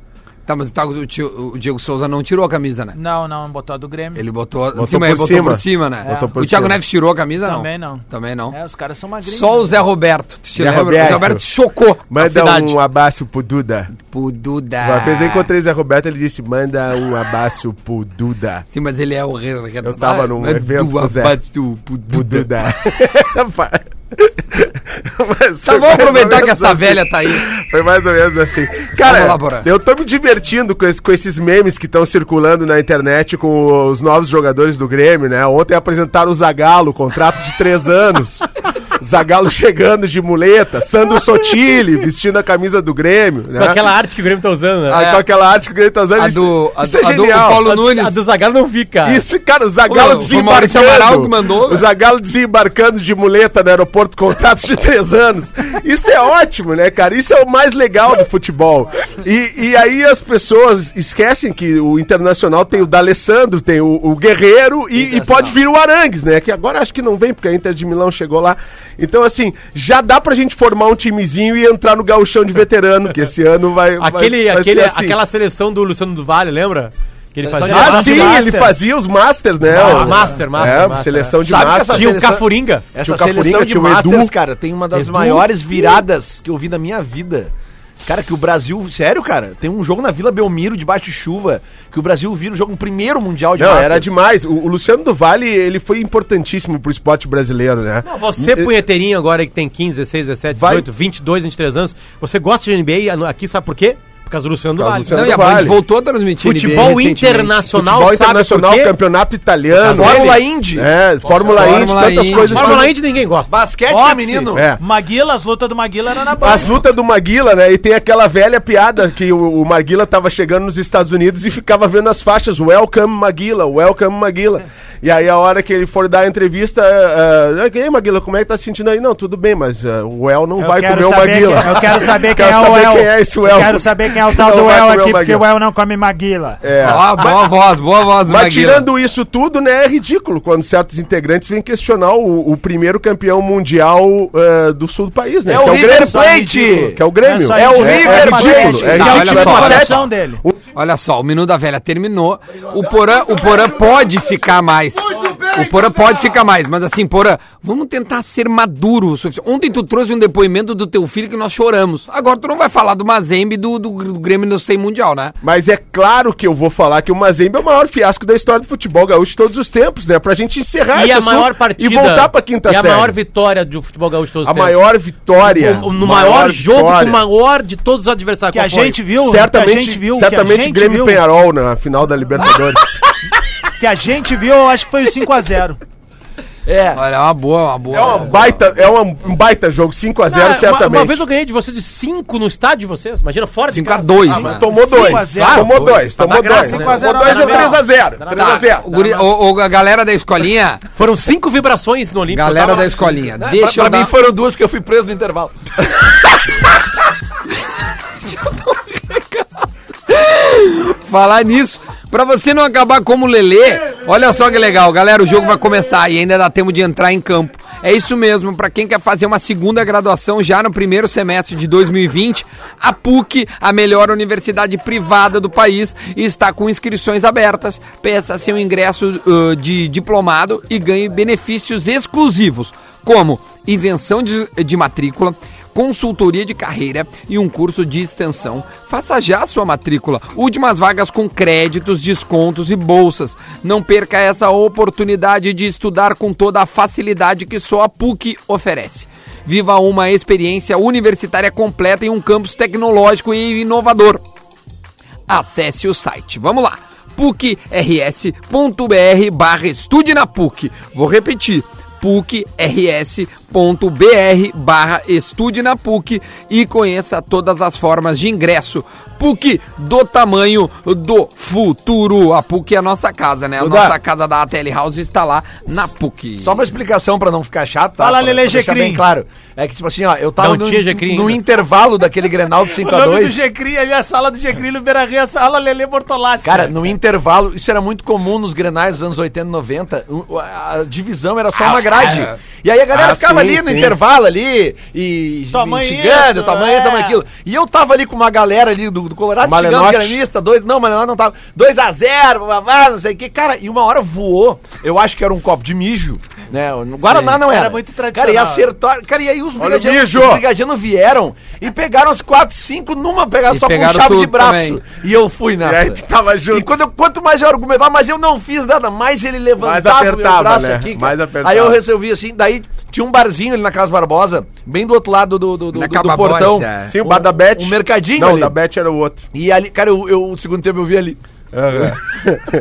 S2: Tá, mas tá, o, tio- o Diego Souza não tirou a camisa, né?
S9: Não, não, botou a do Grêmio.
S2: Ele botou,
S5: Botou
S2: sim, mas
S5: por
S2: botou
S5: cima.
S2: por cima, né?
S9: É. Botou
S5: por
S2: o Thiago
S5: cima.
S2: Neves tirou a camisa, não?
S9: Também não.
S2: Também não.
S9: É, os caras são magrinhos.
S2: Só o
S9: né?
S2: Zé Roberto. Te
S5: Zé
S2: lembra? O Zé
S5: Roberto.
S2: Roberto chocou a
S5: Manda
S2: cidade. Tipo, Ah.
S5: um abraço pro Duda.
S2: Pro Duda.
S5: Uma vez eu encontrei o Zé Roberto, ele disse: manda um abraço pro Duda.
S2: Sim, mas ele é o é rei.
S5: Eu tava num evento com o Zé. *laughs*
S2: Pro
S5: Pro
S2: Duda.
S5: Duda. Mas
S2: Tá,
S5: foi
S2: vamos
S5: mais ou
S2: aproveitar que
S5: menos
S2: essa
S5: assim.
S2: velha tá aí.
S5: Foi mais ou menos assim.
S2: Vamos
S5: Cara,
S2: lá, Bora.
S5: eu tô me divertindo com, esse- com esses memes que estão circulando na internet com os novos jogadores do Grêmio, né? Ontem apresentaram o Zagalo, contrato de três
S2: *laughs*
S5: anos. Zagalo chegando de muleta, Sandro Sotile vestindo a camisa do Grêmio, né?
S4: Com aquela arte que o Grêmio tá usando, né?
S5: Ah, com aquela arte que o Grêmio tá usando.
S2: é. A
S5: isso-
S2: do- a
S5: isso
S2: do- a
S5: é
S2: do
S5: genial.
S2: Paulo
S4: a,
S2: Nunes.
S4: a do Zagallo não vi, cara.
S5: Isso, cara, o
S2: Ô,
S5: Zagalo
S2: meu, foi o Maurício Amaral
S5: desembarcando.
S2: que mandou,
S5: o
S2: velho.
S5: Zagalo desembarcando de muleta no aeroporto, contrato de *laughs* três anos. Isso é ótimo, né, cara? Isso é o mais legal do futebol. E, e aí as pessoas esquecem que o Internacional tem o D'Alessandro, tem o, o Guerreiro e, e pode vir o Arangues, né? Que agora acho que não vem, porque a Inter de Milão chegou lá. Então, assim, já dá pra gente formar um timezinho e entrar no gauchão de veterano, que esse ano vai... vai-
S4: Aquele,
S5: vai ser
S4: aquele,
S5: assim.
S4: Aquela seleção do Luciano do Vale, lembra? Que ele
S11: Só
S4: fazia.
S11: que Ah, sim, ele fazia os Masters, né?
S4: Ah,
S11: O-
S4: master, master,
S11: É,
S4: master,
S11: seleção de
S5: Sabe que
S11: Masters.
S5: essa
S4: Tinha o
S5: seleção-
S4: Cafuringa.
S5: Essa
S11: Tinha o
S5: seleção
S11: Cafuringa,
S5: de
S11: tinha o
S5: Masters,
S11: Edu.
S5: cara, tem uma das
S4: Edu.
S5: maiores viradas que eu vi na minha vida. Cara, que o Brasil. Sério, cara? Tem um jogo na Vila Belmiro, debaixo de chuva, que o Brasil vira o jogo no primeiro mundial de
S11: Não,
S5: Masters.
S11: era demais. O, o Luciano do Vale, ele foi importantíssimo pro esporte brasileiro, né?
S4: Não, você,
S11: Ele-
S4: punheteirinho agora que tem 15, 16, 17,
S11: Vai-
S4: 18, 22, 23 anos, você gosta de NBA aqui, sabe por quê? Por causa do Luciano do
S11: causa do
S4: Vale.
S11: Luciano
S2: Não, e a
S11: do
S2: Band
S11: Vale.
S2: voltou a transmitir
S4: Futebol
S2: NBA recentemente.
S4: internacional,
S11: Futebol
S4: sabe
S11: internacional,
S4: por quê?
S11: campeonato italiano.
S5: Fórmula Indy.
S11: É, Fórmula
S2: Fórmula
S11: Indy, tantas
S2: Indy.
S11: coisas.
S4: Fórmula Indy ninguém gosta.
S5: Basquete
S9: Óbice.
S5: feminino.
S11: É.
S9: tipo Maguila, as lutas do Maguila era na Band.
S11: As lutas do Maguila, né? E tem aquela velha piada que o, o Maguila tava chegando nos Estados Unidos e ficava vendo as faixas Welcome Maguila, Welcome Maguila. E aí a hora que ele for dar a entrevista, ah, ah, ei Maguila, como é que tá se sentindo aí? Não, tudo bem, mas ah, o El não
S9: Eu
S11: vai
S9: quero
S11: comer o
S9: saber
S11: Maguila.
S9: quem- eu quero
S11: *laughs*
S9: saber quem é o
S11: saber
S9: El.
S11: quem é esse
S9: Eu
S11: El.
S9: quero saber quem é o tal
S11: *laughs* Não
S9: do
S11: vai
S9: El
S11: comer o
S9: aqui, porque
S11: Maguila.
S9: o El não come Maguila.
S11: É.
S2: Ó, boa voz, boa voz,
S11: Mas
S2: Maguila.
S11: tirando isso tudo, né, é ridículo quando certos integrantes vêm questionar o, o primeiro campeão mundial ah, do sul do país, né?
S5: É o River
S11: Grêmio.
S5: Plate.
S11: Que é o Grêmio.
S9: É o
S5: River Plate.
S11: ridículo,
S5: Tá,
S11: É
S9: Que é o
S2: olha
S9: time do
S11: ridículo.
S2: só.
S9: coração dele.
S2: Olha só, o Minuto da Velha terminou. O Porã, o Porã pode ficar mais. O Porã pode ficar mais, mas assim, Porã, vamos tentar ser maduro o suficiente. Ontem tu trouxe um depoimento do teu filho que nós choramos. Agora tu não vai falar do Mazembe e do, do, do Grêmio no 100 Mundial, né?
S11: Mas é claro que eu vou falar que o Mazembe é o maior fiasco da história do futebol gaúcho de todos os tempos, né? Pra gente encerrar
S4: E
S11: esse
S5: é
S4: a
S11: assunto
S4: maior partida.
S11: e voltar pra quinta
S4: E a
S11: série.
S4: maior vitória do futebol gaúcho de todos
S11: a
S4: os tempos.
S11: maior vitória.
S4: O- o- No maior, jogo
S11: vitória.
S4: do maior de todos os adversários.
S9: Que a
S4: Qual foi?
S9: gente viu,
S11: Certamente,
S9: que a gente viu,
S11: certamente
S9: que a gente
S11: Grêmio
S9: viu,
S11: e Penharol na final da Libertadores.
S9: que a gente viu, eu acho que foi o 5x0.
S2: Olha, é uma boa, uma boa.
S11: é uma baita, é uma- um baita jogo, 5 a 0
S9: é
S4: Ah,
S11: certamente.
S4: Uma, uma vez eu ganhei de vocês de 5 no estádio de vocês. Imagina, fora de
S2: 5 a
S4: casa.
S2: 2
S11: Ah,
S2: né?
S11: mas tomou
S9: Cinco
S11: dois.
S9: a zero.
S11: Tomou
S2: Dois.
S11: dois.
S2: Tá
S11: Tomou
S9: na graça,
S11: dois.
S9: cinco a
S11: Tomou
S9: zero,
S11: dois
S9: tá
S11: é
S9: na
S11: 3 a 0
S9: Tá.
S11: 3 a 0
S2: O guri- ô, ô, a galera da escolinha,
S4: Foram 5 vibrações no Olímpico.
S2: galera
S4: Eu tava-
S2: da escolinha,
S5: Pra,
S2: deixa eu
S5: pra mim
S2: dar...
S5: foram duas porque eu fui preso no intervalo.
S2: falar nisso. Pra você não acabar como o Lelê, olha só que legal, galera, o jogo vai começar e ainda dá tempo de entrar em campo. É isso mesmo, pra quem quer fazer uma segunda graduação já no primeiro semestre de 2020, a PUC, a melhor universidade privada do país, está com inscrições abertas. Peça seu ingresso ãh, de diplomado e ganhe benefícios exclusivos, como isenção de- de matrícula, consultoria de carreira e um curso de extensão. Faça já a sua matrícula. Últimas vagas com créditos, descontos e bolsas. Não perca essa oportunidade de estudar com toda a facilidade que só a PUC oferece. Viva uma experiência universitária completa em um campus tecnológico e inovador acesse o site. Vamos lá, pucrs.br barra estude na PUC. Vou repetir, pucrs.br barra estude na PUC e conheça todas as formas de ingresso. PUC do tamanho do futuro. A PUC é a nossa casa, né? A
S5: Duda.
S2: nossa casa da ATL House está lá na PUC.
S5: Só uma explicação pra não ficar chato, tá?
S9: Fala,
S5: Pra-
S9: Lele
S5: pra deixar
S9: Jecrim.
S5: bem claro. É que, tipo assim, ó, eu tava
S4: Não
S5: no,
S4: tinha Jecrim
S5: no
S4: ainda.
S5: intervalo daquele Grenal de
S9: *laughs* O
S5: 5 a
S9: nome do
S5: 2
S9: Jecri, ali a sala do Jecri, no Beira Rio, a sala Lele Bortolassi.
S5: Cara, no intervalo, isso era muito comum nos grenais dos anos 80 e 90. o- A divisão era só uma grade. E aí a galera
S11: Ah,
S5: ficava
S11: sim,
S5: ali no
S11: sim.
S5: intervalo ali e
S9: Tua
S5: me
S9: mãe
S5: xingando,
S9: isso,
S5: tamanho isso,
S9: é.
S5: tamanho aquilo. E eu tava ali com uma galera ali do, do Colorado xingando os
S11: Malenotti.
S5: granista, dois. Não, Malenotti não tava. 2 a 0 babá, não sei o que. Cara, e uma hora voou. Eu acho que era um copo de mijo. Né? O Guaraná não era.
S9: Era muito
S5: Cara, e
S9: tradicional.
S5: acertaram. Cara, e aí os
S11: Olha o
S5: brigadianos
S11: mijo.
S5: os brigadianos vieram e pegaram os 4, 5 numa pegada
S2: E
S5: só com
S2: pegaram
S5: chave de
S2: tudo
S5: braço.
S2: também.
S5: E eu fui nessa.
S11: E aí tu tava junto.
S5: E quando eu- quanto mais eu argumentava, mas eu não fiz nada, mais ele levantava o meu
S11: apertava,
S5: braço
S11: né?
S5: aqui.
S11: Mais apertava.
S5: Aí eu resolvi assim, daí tinha um barzinho ali na Casa Barbosa, bem do outro lado do, do, do,
S2: Na
S5: do
S2: Caba
S5: portão.
S2: Boys, é.
S11: Sim, o bar da Bet.
S5: O mercadinho
S11: Não,
S5: ali.
S11: o da Bet era o outro.
S5: E ali, cara, eu, eu- o segundo tempo eu vi ali.
S11: É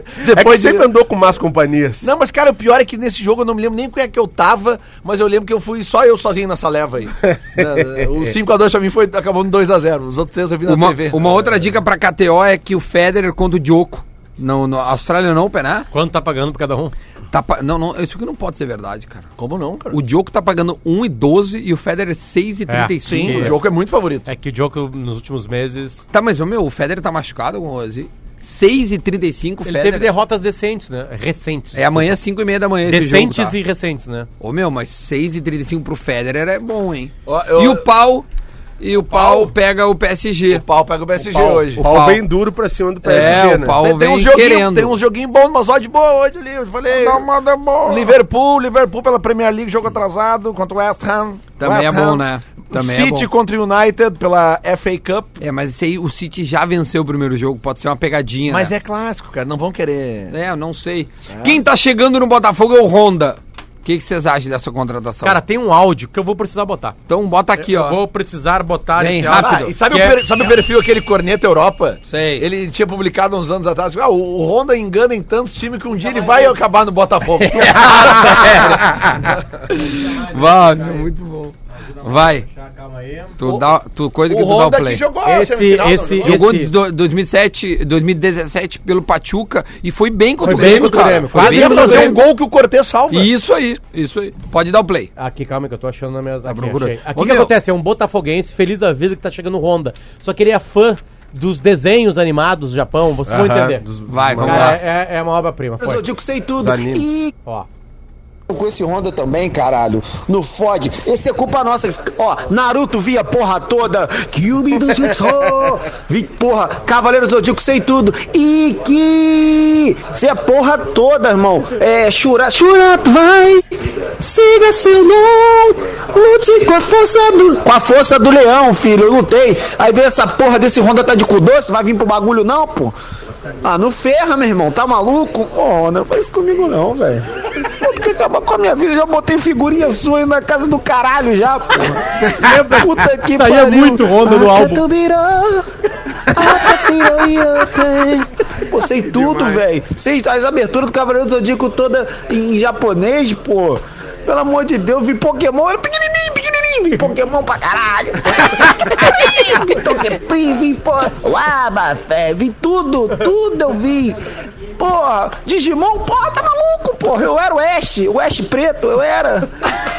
S11: que
S5: *laughs* Depois de-
S11: sempre andou com más companhias.
S5: Não, mas cara, o pior é que nesse jogo eu não me lembro nem quem é que eu tava, mas eu lembro que eu fui só eu sozinho nessa
S11: *laughs*
S5: leva aí. Na- o 5x2 pra mim foi, acabou no 2x0. Os outros três eu vi na
S2: Uma,
S5: TV.
S2: uma outra dica pra KTO é que o Federer contra o Djoko no, no Australian Open, né?
S4: Quanto tá pagando por cada um?
S2: Tá pa- Não, não, isso aqui não pode ser verdade, cara.
S5: Como não, cara?
S2: O Diogo tá pagando 1,12 e o Federer 6,35.
S4: É,
S5: O
S4: sim.
S5: jogo é muito favorito.
S4: É que o Djokovic nos últimos meses...
S2: Tá, mas ô, meu, o Federer tá machucado com o Ozzy. 6,35 o
S4: Ele teve
S2: Federer.
S4: derrotas decentes, né? Recentes.
S2: É amanhã, 5h30 da manhã
S4: Decentes
S2: esse jogo, tá?
S4: e recentes, né?
S2: Ô, meu, mas 6,35 pro Federer é bom, hein?
S5: Ó, eu-
S2: E o pau e o pau, pega o PSG. O
S13: pau pega o PSG hoje.
S14: O pau, bem duro pra cima do PSG,
S2: É, o
S14: né?
S2: pau
S13: Tem, tem
S2: vem
S13: uns joguinhos
S2: querendo. Tá
S13: tem uns joguinho bom, umas odds boa hoje ali. Eu falei. Liverpool, Liverpool pela Premier League, jogo atrasado contra o West Ham.
S2: Também é
S13: West
S2: bom,
S13: Ham.
S2: né? Também
S13: City
S2: é bom.
S13: contra o United pela FA Cup.
S2: É, mas esse aí, o City já venceu o primeiro jogo, pode ser uma pegadinha,
S13: Mas
S2: né?
S13: é clássico, cara. Não vão querer.
S2: É, eu não sei. Quem tá chegando no Botafogo é o Honda. O que que vocês acham dessa contratação?
S4: Cara, tem um áudio que eu vou precisar botar.
S2: então bota aqui,
S4: eu
S2: ó.
S4: vou precisar botar
S2: Vem,
S4: esse
S2: rápido.
S5: Ah,
S4: áudio.
S13: E sabe,
S4: que
S13: o
S4: é-
S13: per- sabe o perfil aquele Corneta Europa?
S2: Sei.
S13: Ele tinha publicado uns anos atrás. Ah, o, o Honda engana em tantos times que um dia ele vai acabar no
S2: *laughs*
S13: Botafogo.
S2: É, Vai,
S14: Tá
S2: meu, muito bom. Vai. Tu, dá, tu coisa que
S13: o
S2: tu dá o
S13: Honda
S2: play.
S13: que jogou a
S4: Esse-
S13: semifinal, não
S4: esse-
S13: jogou?
S2: Jogou
S4: Esse-
S2: em do- 2007, 2017 pelo Pachuca e foi bem contra
S14: Foi
S2: o Grêmio,
S14: bem contra o
S2: cara.
S14: Grêmio, foi
S13: Quase
S2: Quase
S13: ia
S2: ia
S13: fazer
S2: Grêmio.
S13: um gol que o Cortez salva.
S2: E isso aí, isso aí. Pode dar o play.
S4: Aqui, calma que eu tô achando na minha. Tá aqui,
S2: procurando.
S4: achei.
S2: Ô,
S4: aqui que
S2: meu.
S4: acontece, é um botafoguense feliz da vida que tá chegando Honda. Só que ele é fã dos desenhos animados do Japão, vocês vão entender.
S2: Vai, vamos
S4: Cara,
S2: lá.
S4: é, é- é uma obra-prima. foi.
S5: Zodíaco sei tudo.
S14: animes.
S5: Ih,
S4: Ó.
S5: com esse Honda também, caralho. No fode. Esse é culpa nossa. Ó, Naruto via porra toda. Kyubi do Jutsu. Vi porra. Cavaleiro do Zodíaco sei tudo. Iki. Você é porra toda, irmão. É, Shura. Shura, vai. Siga seu leão. Lute com a força do... Com a força do leão, filho. Eu lutei. Aí vê essa porra desse Honda tá de cu doce. Vai vir pro bagulho não, pô? Ah, não ferra, meu irmão. Tá maluco? Ô, Honda, não faz isso comigo não, velho. Pô, Porque acabou com a minha vida, eu já botei figurinha sua aí na casa do caralho já,
S4: *laughs*
S5: pô. Minha puta que Ah,
S4: Saía é muito Honda no álbum.
S5: Pô, sei tudo, velho. Sei as aberturas do Cavaleiro do Zodíaco toda em japonês, pô. Pelo amor de Deus, vi Pokémon, era pequenininho, pequenininho, vi Pokémon pra caralho. vi Toqueprim, vi pô, Laba, fé, vi tudo, tudo eu vi. Porra, Digimon, porra, tá maluco, porra. Eu era o Ash, o Ash preto, eu era.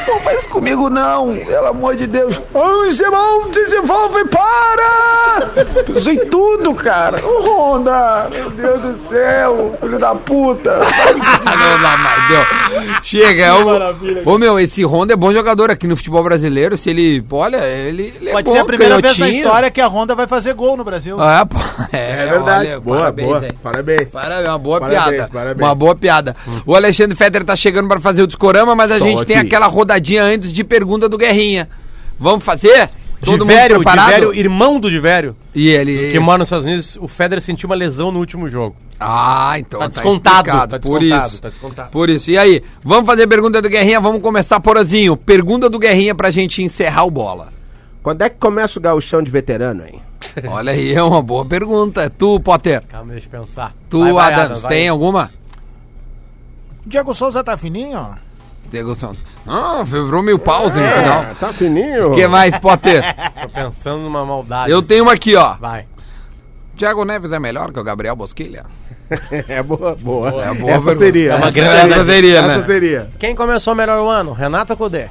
S5: Não faz isso comigo não, pelo amor de Deus. Digimon, desenvolve, para! Usei tudo, cara. Ô, Honda, meu Deus do céu, filho da puta.
S2: Ah, *laughs* não dá mais, deu. Chega, é
S4: maravilha.
S2: o. Ô meu, esse Honda é bom jogador aqui no futebol brasileiro. Se ele. Olha, ele, ele é
S9: Pode
S2: bom,
S9: ser a primeira vez na
S2: canhotinho.
S9: história que a Honda vai fazer gol no Brasil.
S2: Ah, pô, *laughs* é,
S14: É verdade.
S2: olha,
S14: boa,
S2: parabéns,
S14: boa.
S2: hein.
S14: Parabéns.
S2: Parabéns, uma boa
S14: Parabéns,
S2: piada.
S14: parabéns.
S2: Uma boa piada. O Alexandre Fetter tá chegando pra fazer o discorama, mas a
S14: Só
S2: gente tem
S14: aqui.
S2: aquela rodadinha antes de pergunta do Guerrinha. Vamos fazer? Todo
S4: Divério,
S2: mundo preparado?
S4: Divério, irmão do Divério,
S2: E ele.
S4: que mora nos Estados Unidos, o Federer sentiu uma lesão no último jogo.
S2: Ah, então
S4: Tá descontado,
S2: explicado,
S4: tá
S2: por
S4: descontado,
S2: isso.
S4: tá descontado.
S2: Por isso. E aí, vamos fazer pergunta do Guerrinha, vamos começar porazinho. Pergunta do Guerrinha pra gente encerrar o
S4: *laughs*
S2: bola.
S15: Quando é que começa o gauchão de veterano, hein?
S2: Olha aí, é uma boa pergunta. Tu, Potter.
S4: Calma, deixa eu pensar.
S2: Tu,
S4: Vai, vai,
S2: Adams,
S4: vai.
S2: tem alguma?
S9: Diego Souza tá fininho, ó.
S2: Diego Santos. Ah, virou meio pause
S4: É.
S2: no final.
S14: Tá fininho. *laughs*
S2: O que mais,
S4: *laughs*
S2: Potter?
S4: Tô pensando numa maldade.
S2: um- Eu tenho uma aqui, ó.
S4: Vai.
S2: Thiago Neves é melhor que o Gabriel Bosquilha?
S14: É boa, boa.
S2: É boa
S14: Essa
S2: pergunta.
S14: seria.
S4: É uma
S14: Essa
S4: grande
S14: seria.
S2: bateria, né?
S14: Essa seria.
S4: Quem começou melhor o ano? Renato ou Codê?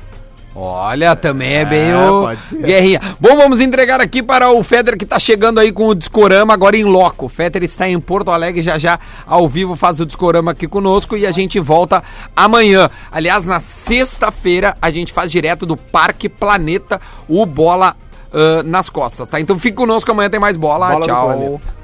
S2: Olha, também é bem o
S14: pode ser.
S2: Guerrinha. Bom, vamos entregar aqui para o Feder que está chegando aí com o Discorama agora em loco. O Feder está em Porto Alegre já já ao vivo faz o Discorama aqui conosco e a gente volta amanhã. Aliás, na sexta-feira a gente faz direto do Parque Planeta o Bola ah, nas costas, tá? Então fica conosco, amanhã tem mais bola.
S14: Bola do
S2: Tchau.
S14: Planeta.